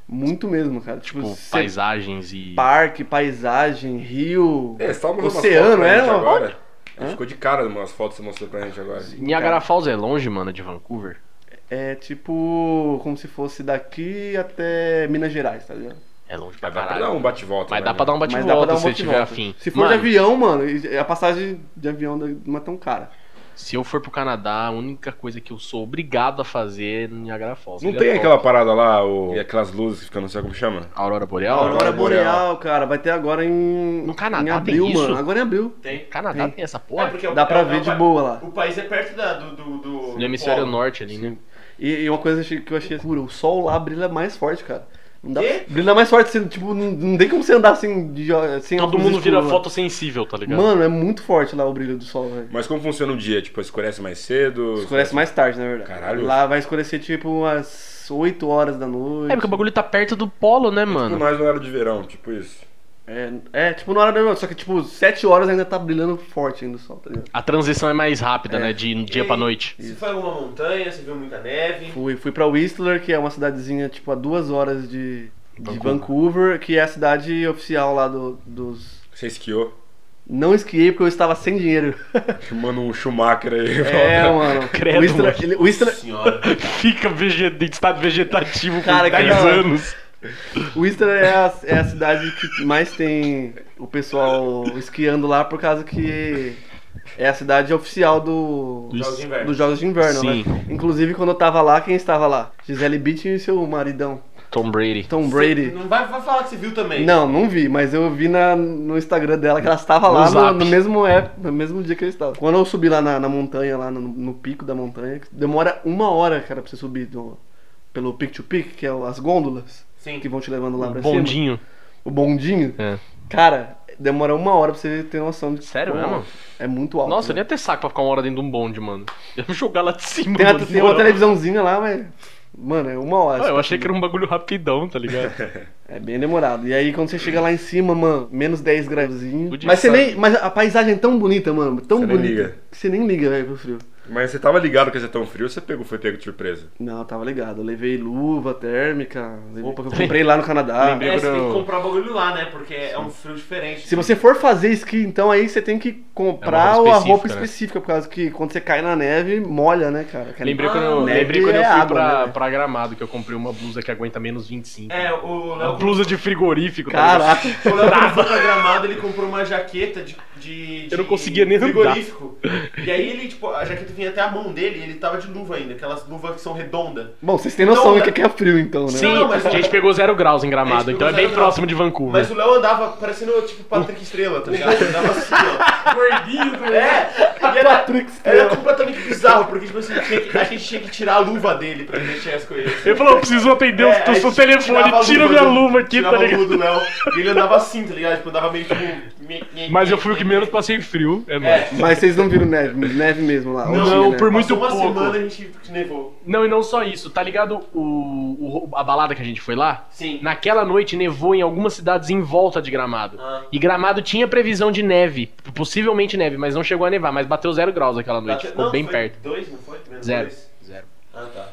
Speaker 2: Muito mesmo, cara. Tipo,
Speaker 5: Tipo,
Speaker 2: cê-
Speaker 5: paisagens e.
Speaker 2: parque, paisagem, rio.
Speaker 1: (laughs) É, só uma
Speaker 2: Oceano, é?
Speaker 1: agora. A gente ficou de cara umas fotos que você mostrou pra gente agora.
Speaker 5: Niagara Falls é longe, mano, de Vancouver.
Speaker 2: É tipo como se fosse daqui até Minas Gerais, tá ligado?
Speaker 5: É longe pra
Speaker 1: Mas dá pra dar
Speaker 5: caralho.
Speaker 1: um bate-volta.
Speaker 5: Mas
Speaker 1: né,
Speaker 5: dá pra dar um
Speaker 2: Mas dá pra
Speaker 5: bate-volta
Speaker 2: dar um
Speaker 5: se
Speaker 2: monte de
Speaker 5: tiver
Speaker 2: volta.
Speaker 5: afim.
Speaker 2: Se for de
Speaker 5: Mano,
Speaker 2: avião, mano, e a passagem de avião da- não é tão cara.
Speaker 5: Se eu for pro Canadá, a única coisa que eu sou obrigado a fazer é no Niagara Falls.
Speaker 2: um
Speaker 1: Não
Speaker 5: Ele é
Speaker 1: tem
Speaker 5: top.
Speaker 1: aquela parada lá, o...
Speaker 2: é
Speaker 1: e aquelas luzes que ficam, não sei como chama?
Speaker 5: Aurora Boreal?
Speaker 2: Aurora
Speaker 1: Aurora Boreal.
Speaker 2: Boreal, cara, vai ter agora em.
Speaker 5: No Canadá
Speaker 2: em
Speaker 5: tem
Speaker 2: abril,
Speaker 5: isso?
Speaker 2: mano. Agora em abril.
Speaker 6: Tem.
Speaker 5: Canadá tem, essa porra?
Speaker 6: É porque é o-
Speaker 2: Dá pra
Speaker 6: é o-
Speaker 2: ver
Speaker 6: é o
Speaker 2: de
Speaker 6: pa-
Speaker 2: boa lá.
Speaker 6: O país é perto da- do, do, do-
Speaker 5: No hemisfério
Speaker 6: polo.
Speaker 5: norte ali, né?
Speaker 2: E, e uma coisa que eu achei assim, o sol lá brilha mais forte, cara. Não dá,
Speaker 6: Quê?
Speaker 2: brilha mais forte, assim, tipo, não, não tem como você andar assim, de, sem
Speaker 5: Todo
Speaker 2: óculos
Speaker 5: mundo vira
Speaker 2: escuros,
Speaker 5: fotossensível, tá ligado?
Speaker 2: Mano. Mano, é muito forte lá o brilho do sol, velho.
Speaker 1: Mas como funciona o dia? Tipo, escurece mais cedo?
Speaker 2: Escurece mais tarde, na verdade.
Speaker 1: Caralho.
Speaker 2: Lá vai escurecer tipo umas 8 horas da noite.
Speaker 5: É porque o bagulho tá perto do polo, né,
Speaker 1: Tipo,
Speaker 5: mano?
Speaker 1: mais no horário de verão, tipo isso.
Speaker 2: É, é, tipo na hora da noite, só que tipo 7 horas ainda tá brilhando forte ainda o sol, tá ligado?
Speaker 5: A transição é mais rápida, né? De dia pra noite.
Speaker 6: Você foi em alguma montanha, você viu muita neve.
Speaker 2: Fui, fui pra Whistler, que é uma cidadezinha tipo a duas horas de, de Vancouver, que é a cidade oficial lá do- dos...
Speaker 1: Você esquiou? (laughs)
Speaker 2: Não esquiei porque eu estava sem dinheiro.
Speaker 1: Manda um Schumacher aí.
Speaker 2: É, mano.
Speaker 5: Credo,
Speaker 2: Whistler,
Speaker 5: mano.
Speaker 2: ele- Whistler,
Speaker 6: Senhora.
Speaker 5: (laughs) Fica vegeta, em estado vegetativo
Speaker 2: Cara,
Speaker 5: por 10
Speaker 2: cara.
Speaker 5: anos.
Speaker 2: Whistler é a, é a cidade que mais tem o pessoal esquiando lá por causa que é a cidade oficial do,
Speaker 5: Dos Jogos
Speaker 6: de Inverno.
Speaker 2: dos Jogos de Inverno,
Speaker 5: Sim.
Speaker 2: né? Inclusive, quando eu tava lá, quem estava lá? Gisele Beach e seu maridão,
Speaker 5: Tom Brady.
Speaker 2: Tom Brady.
Speaker 6: Não vai, vai falar que você viu também.
Speaker 2: Não, não vi, mas eu vi na, no Instagram dela que ela estava
Speaker 5: No
Speaker 2: lá no,
Speaker 5: Zap.
Speaker 2: no mesmo app, no mesmo dia que eu estava. Quando eu subi lá na, na montanha, lá no, no pico da montanha, demora uma hora, cara, pra você subir do- pelo pick-to-pick, que é o- as gôndolas
Speaker 6: Sim.
Speaker 2: que vão te levando lá pra cima.
Speaker 5: Bondinho.
Speaker 2: O bondinho?
Speaker 5: É.
Speaker 2: Cara, demora uma hora pra você ter noção de.
Speaker 5: Sério
Speaker 2: Pô,
Speaker 5: mesmo?
Speaker 2: É muito alto.
Speaker 5: Nossa, eu
Speaker 2: né?
Speaker 5: nem ia ter saco pra ficar uma hora dentro de um bonde, mano. Eu ia me jogar lá de cima.
Speaker 2: tem,
Speaker 5: mano,
Speaker 2: a- tem uma
Speaker 5: moral.
Speaker 2: televisãozinha lá, mas. Mano, é uma hora.
Speaker 5: Ah, eu achei que era um bagulho rapidão,
Speaker 2: (laughs)
Speaker 5: tá ligado?
Speaker 2: É bem demorado. E aí quando você chega lá em cima, mano, menos 10 graduzinho.
Speaker 5: Podia
Speaker 2: Mas você
Speaker 5: saber.
Speaker 2: nem. Mas a paisagem é tão bonita, mano. Tão
Speaker 1: Você nem
Speaker 2: bonita.
Speaker 1: liga.
Speaker 2: Que você nem liga, velho, pro frio.
Speaker 1: Mas você tava ligado que ia ser tão frio, você pegou, foi pego de surpresa.
Speaker 2: Não, eu tava ligado. Eu levei luva térmica, roupa que eu comprei lá no Canadá.
Speaker 5: Lembrei.
Speaker 6: É, você tem
Speaker 5: Negro-
Speaker 6: que comprar o bagulho lá, né? Porque é um frio diferente.
Speaker 2: Se você for fazer esqui, então aí você tem que comprar
Speaker 5: É uma
Speaker 2: a
Speaker 5: roupa
Speaker 2: roupa
Speaker 5: específica, né?
Speaker 2: específica, por causa que quando você cai na neve, molha, né, cara? Aquela-
Speaker 5: Lembrei quando eu,
Speaker 6: Ah,
Speaker 5: lembrei
Speaker 2: neve
Speaker 5: quando eu
Speaker 2: é
Speaker 5: fui
Speaker 2: água,
Speaker 5: pra,
Speaker 2: né?
Speaker 5: pra Gramado, que eu comprei uma blusa que aguenta menos 25.
Speaker 6: É, (laughs) o
Speaker 5: Uma
Speaker 6: Léo.
Speaker 5: blusa de frigorífico, tá ligado?
Speaker 2: Caraca.
Speaker 6: O Léo quando foi pra gramado, ele comprou uma jaqueta de. de-
Speaker 5: Eu não
Speaker 6: de
Speaker 5: conseguia nem andar.
Speaker 6: frigorífico. E aí ele, tipo, a jaqueta vinha até a mão dele e ele tava de luva ainda, aquelas luvas que são redondas.
Speaker 2: Bom, vocês têm noção
Speaker 6: Não,
Speaker 2: do que que é frio, então, né?
Speaker 5: Sim,
Speaker 6: Não, não, mas-
Speaker 5: a gente pegou zero graus em
Speaker 6: A
Speaker 5: Gramado,
Speaker 6: gente
Speaker 5: então é
Speaker 6: pegou
Speaker 5: bem
Speaker 6: zero graus.
Speaker 5: próximo de Vancouver.
Speaker 6: Mas o Léo andava parecendo tipo Patrick Estrela, tá ligado? Ele andava assim, ó. Gordinho, tá ligado? É, e era,
Speaker 2: Patrick Estrela.
Speaker 6: era completamente bizarro, porque tipo assim, tinha que- a gente tinha que tirar a luva dele pra mexer as coisas.
Speaker 5: Ele falou, eu preciso atender o-
Speaker 6: É,
Speaker 5: o seu telefone, tira minha luva aqui, tá
Speaker 6: né? Tirava a
Speaker 5: ligado?
Speaker 6: luva do Léo. E ele andava assim, tá ligado? Tipo, andava meio tipo. me- me-
Speaker 5: Mas eu fui o que menos passei frio, é nóis.
Speaker 6: É.
Speaker 2: Mas vocês não viram neve, neve mesmo lá.
Speaker 5: Não,
Speaker 2: hoje,
Speaker 5: não,
Speaker 2: né?
Speaker 5: por muito
Speaker 6: Passou uma
Speaker 5: pouco.
Speaker 6: semana a gente nevou.
Speaker 5: Não, e não só isso, tá ligado o, o- a balada que a gente foi lá?
Speaker 6: Sim.
Speaker 5: Naquela noite nevou em algumas cidades em volta de Gramado.
Speaker 6: Ah.
Speaker 5: E Gramado tinha previsão de neve, possivelmente neve, mas não chegou a nevar, mas bateu zero graus aquela noite, ficou
Speaker 6: Não,
Speaker 5: bem
Speaker 6: foi
Speaker 5: perto.
Speaker 6: Dois, não foi? Menos
Speaker 5: Zero.
Speaker 6: dois?
Speaker 5: Zero.
Speaker 6: Ah, tá.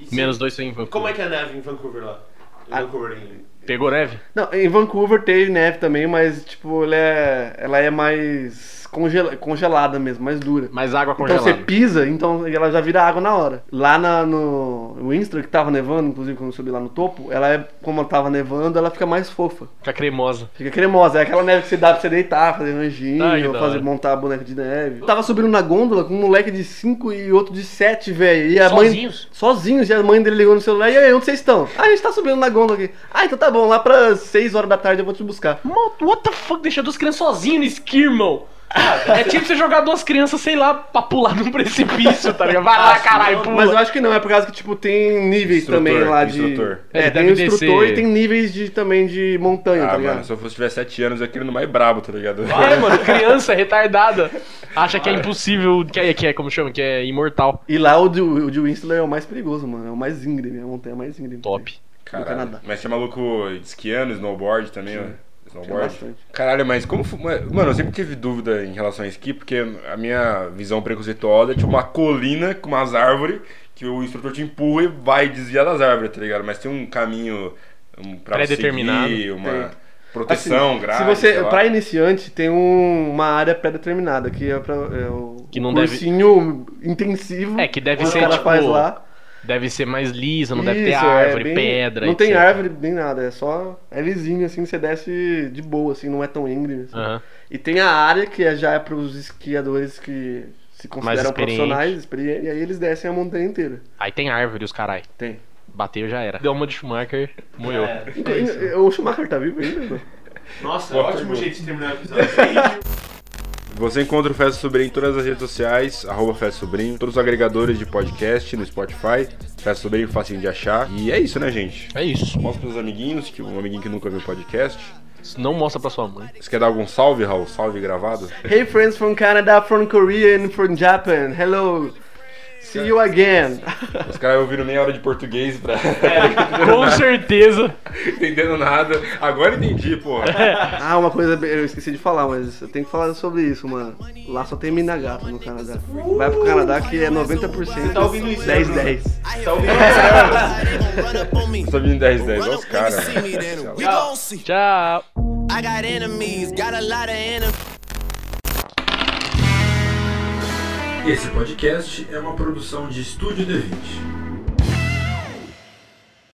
Speaker 6: E se-
Speaker 5: Menos Ah. dois foi em Vancouver.
Speaker 6: Como é que é a neve em Vancouver lá? Em Vancouver, em...
Speaker 5: Pegou neve?
Speaker 2: Não, em Vancouver teve neve também, mas tipo, ela é, ela é mais congela- congelada mesmo, mais dura.
Speaker 5: Mas água
Speaker 2: Então
Speaker 5: congelada.
Speaker 2: você pisa, então ela já vira água na hora. Lá na, no Winston, que tava nevando, inclusive quando eu subi lá no topo, ela é, como ela tava nevando, ela fica mais fofa.
Speaker 5: Fica cremosa.
Speaker 2: Fica cremosa, é aquela neve que você dá pra você deitar, fazer anjinho,
Speaker 5: Ai, que da
Speaker 2: fazer,
Speaker 5: hora.
Speaker 2: montar boneca de neve. Tava subindo na gôndola com um moleque de 5 e outro de 7, velho. E a mãe.
Speaker 5: Sozinhos?
Speaker 2: Sozinhos, e a mãe dele ligou no celular, e aí, onde vocês estão? Ah, a gente tá subindo na gôndola aqui. Ah, então tá bom, vão lá pra 6 horas da tarde, eu vou te buscar.
Speaker 5: Mano, what the fuck? Deixa duas crianças sozinhas no esqui, irmão. É tipo você jogar duas crianças, sei lá, pra pular num precipício, tá ligado? Vai
Speaker 6: Ah,
Speaker 5: lá, caralho, pula.
Speaker 2: Mas eu acho que não, é por causa que, tipo, tem níveis
Speaker 1: Instrutor,
Speaker 2: também lá de.
Speaker 1: instrutor.
Speaker 2: É,
Speaker 5: Ele
Speaker 2: tem
Speaker 5: deve
Speaker 2: o instrutor
Speaker 5: descer.
Speaker 2: e tem níveis de, também de montanha,
Speaker 1: Ah,
Speaker 2: tá
Speaker 1: mano,
Speaker 2: ligado?
Speaker 1: se eu fosse tiver 7 anos, eu ia querendo mais brabo, tá ligado?
Speaker 5: É, mano, criança retardada. Acha que é impossível, que é, que é como chama, que é imortal.
Speaker 2: E lá o de, o de Whistler é o mais perigoso, mano. É o mais íngreme, é a montanha mais íngreme.
Speaker 5: Top.
Speaker 1: Caralho.
Speaker 2: Canadá.
Speaker 1: Mas tinha maluco de esquiando, snowboard também, ó. Snowboard.
Speaker 2: bastante.
Speaker 1: Caralho, mas como. fu- Mano, eu sempre tive dúvida em relação a esqui, porque a minha visão preconceituosa é tipo uma colina com umas árvores que o instrutor te empurra e vai desviar das árvores, tá ligado? Mas tem um caminho um, pra você
Speaker 5: Pré-determinado.
Speaker 1: seguir, uma
Speaker 2: Tem. Assim,
Speaker 1: proteção, grade.
Speaker 2: se você,
Speaker 1: sei lá.
Speaker 2: pra iniciante, tem um- uma área pré-determinada, que é, pra, é o
Speaker 5: Que não deve-
Speaker 2: cursinho intensivo.
Speaker 5: É, que deve
Speaker 2: os
Speaker 5: ser,
Speaker 2: cara
Speaker 5: tipo,
Speaker 2: faz lá.
Speaker 5: Deve ser mais lisa, não deve ter
Speaker 2: Isso, é
Speaker 5: árvore,
Speaker 2: bem-
Speaker 5: pedra.
Speaker 2: Não tem
Speaker 5: etc.
Speaker 2: árvore nem nada, é só. É lisinho, assim, você desce de boa, assim, não é tão íngreme. assim.
Speaker 5: Aham.
Speaker 2: E tem a área que é- já é pros esquiadores que se consideram
Speaker 5: experiente.
Speaker 2: profissionais, experientes, e aí eles descem a montanha inteira.
Speaker 5: Aí tem árvore, os carai.
Speaker 2: Tem.
Speaker 5: Bateu, já era. Deu uma de Schumacher, morreu.
Speaker 6: É.
Speaker 2: o Schumacher tá vivo ainda, mano?
Speaker 6: Nossa,
Speaker 1: Boa
Speaker 6: ótimo
Speaker 1: pergunta.
Speaker 6: jeito de terminar o episódio.
Speaker 1: Você encontra o Festa Sobrinho em todas as redes sociais, arroba Festa Sobrinho, todos os agregadores de podcast no Spotify, Festa Sobrinho facinho de achar. E é isso, né, gente?
Speaker 5: É isso.
Speaker 1: Mostra pros amiguinhos, que um amiguinho que nunca viu podcast.
Speaker 5: Isso Não mostra pra sua mãe.
Speaker 1: Você quer dar algum salve, Raul? Salve gravado?
Speaker 2: Hey friends from Canada, from Korea and from Japan. Hello. See you again.
Speaker 1: Os caras ouviram meia hora de português pra
Speaker 5: Com certeza.
Speaker 1: (laughs) entendendo nada. Agora entendi, porra.
Speaker 2: (laughs) Ah, uma coisa bem- eu esqueci de falar, mas eu tenho que falar sobre isso, mano. Lá só tem mina gata no Canadá. Vai pro Canadá que é 90%.
Speaker 6: Tá ouvindo isso, né,
Speaker 2: 10
Speaker 6: Bruno?
Speaker 2: 10.
Speaker 6: Tá ouvindo?
Speaker 1: Tô vindo 10 10,
Speaker 7: Run up
Speaker 1: olha os
Speaker 7: when you
Speaker 1: caras. né?
Speaker 7: see me, then we gon' see.
Speaker 5: Tchau.
Speaker 7: I got enemies, got a lot of enemies.
Speaker 1: Esse podcast é uma produção de Estúdio D20.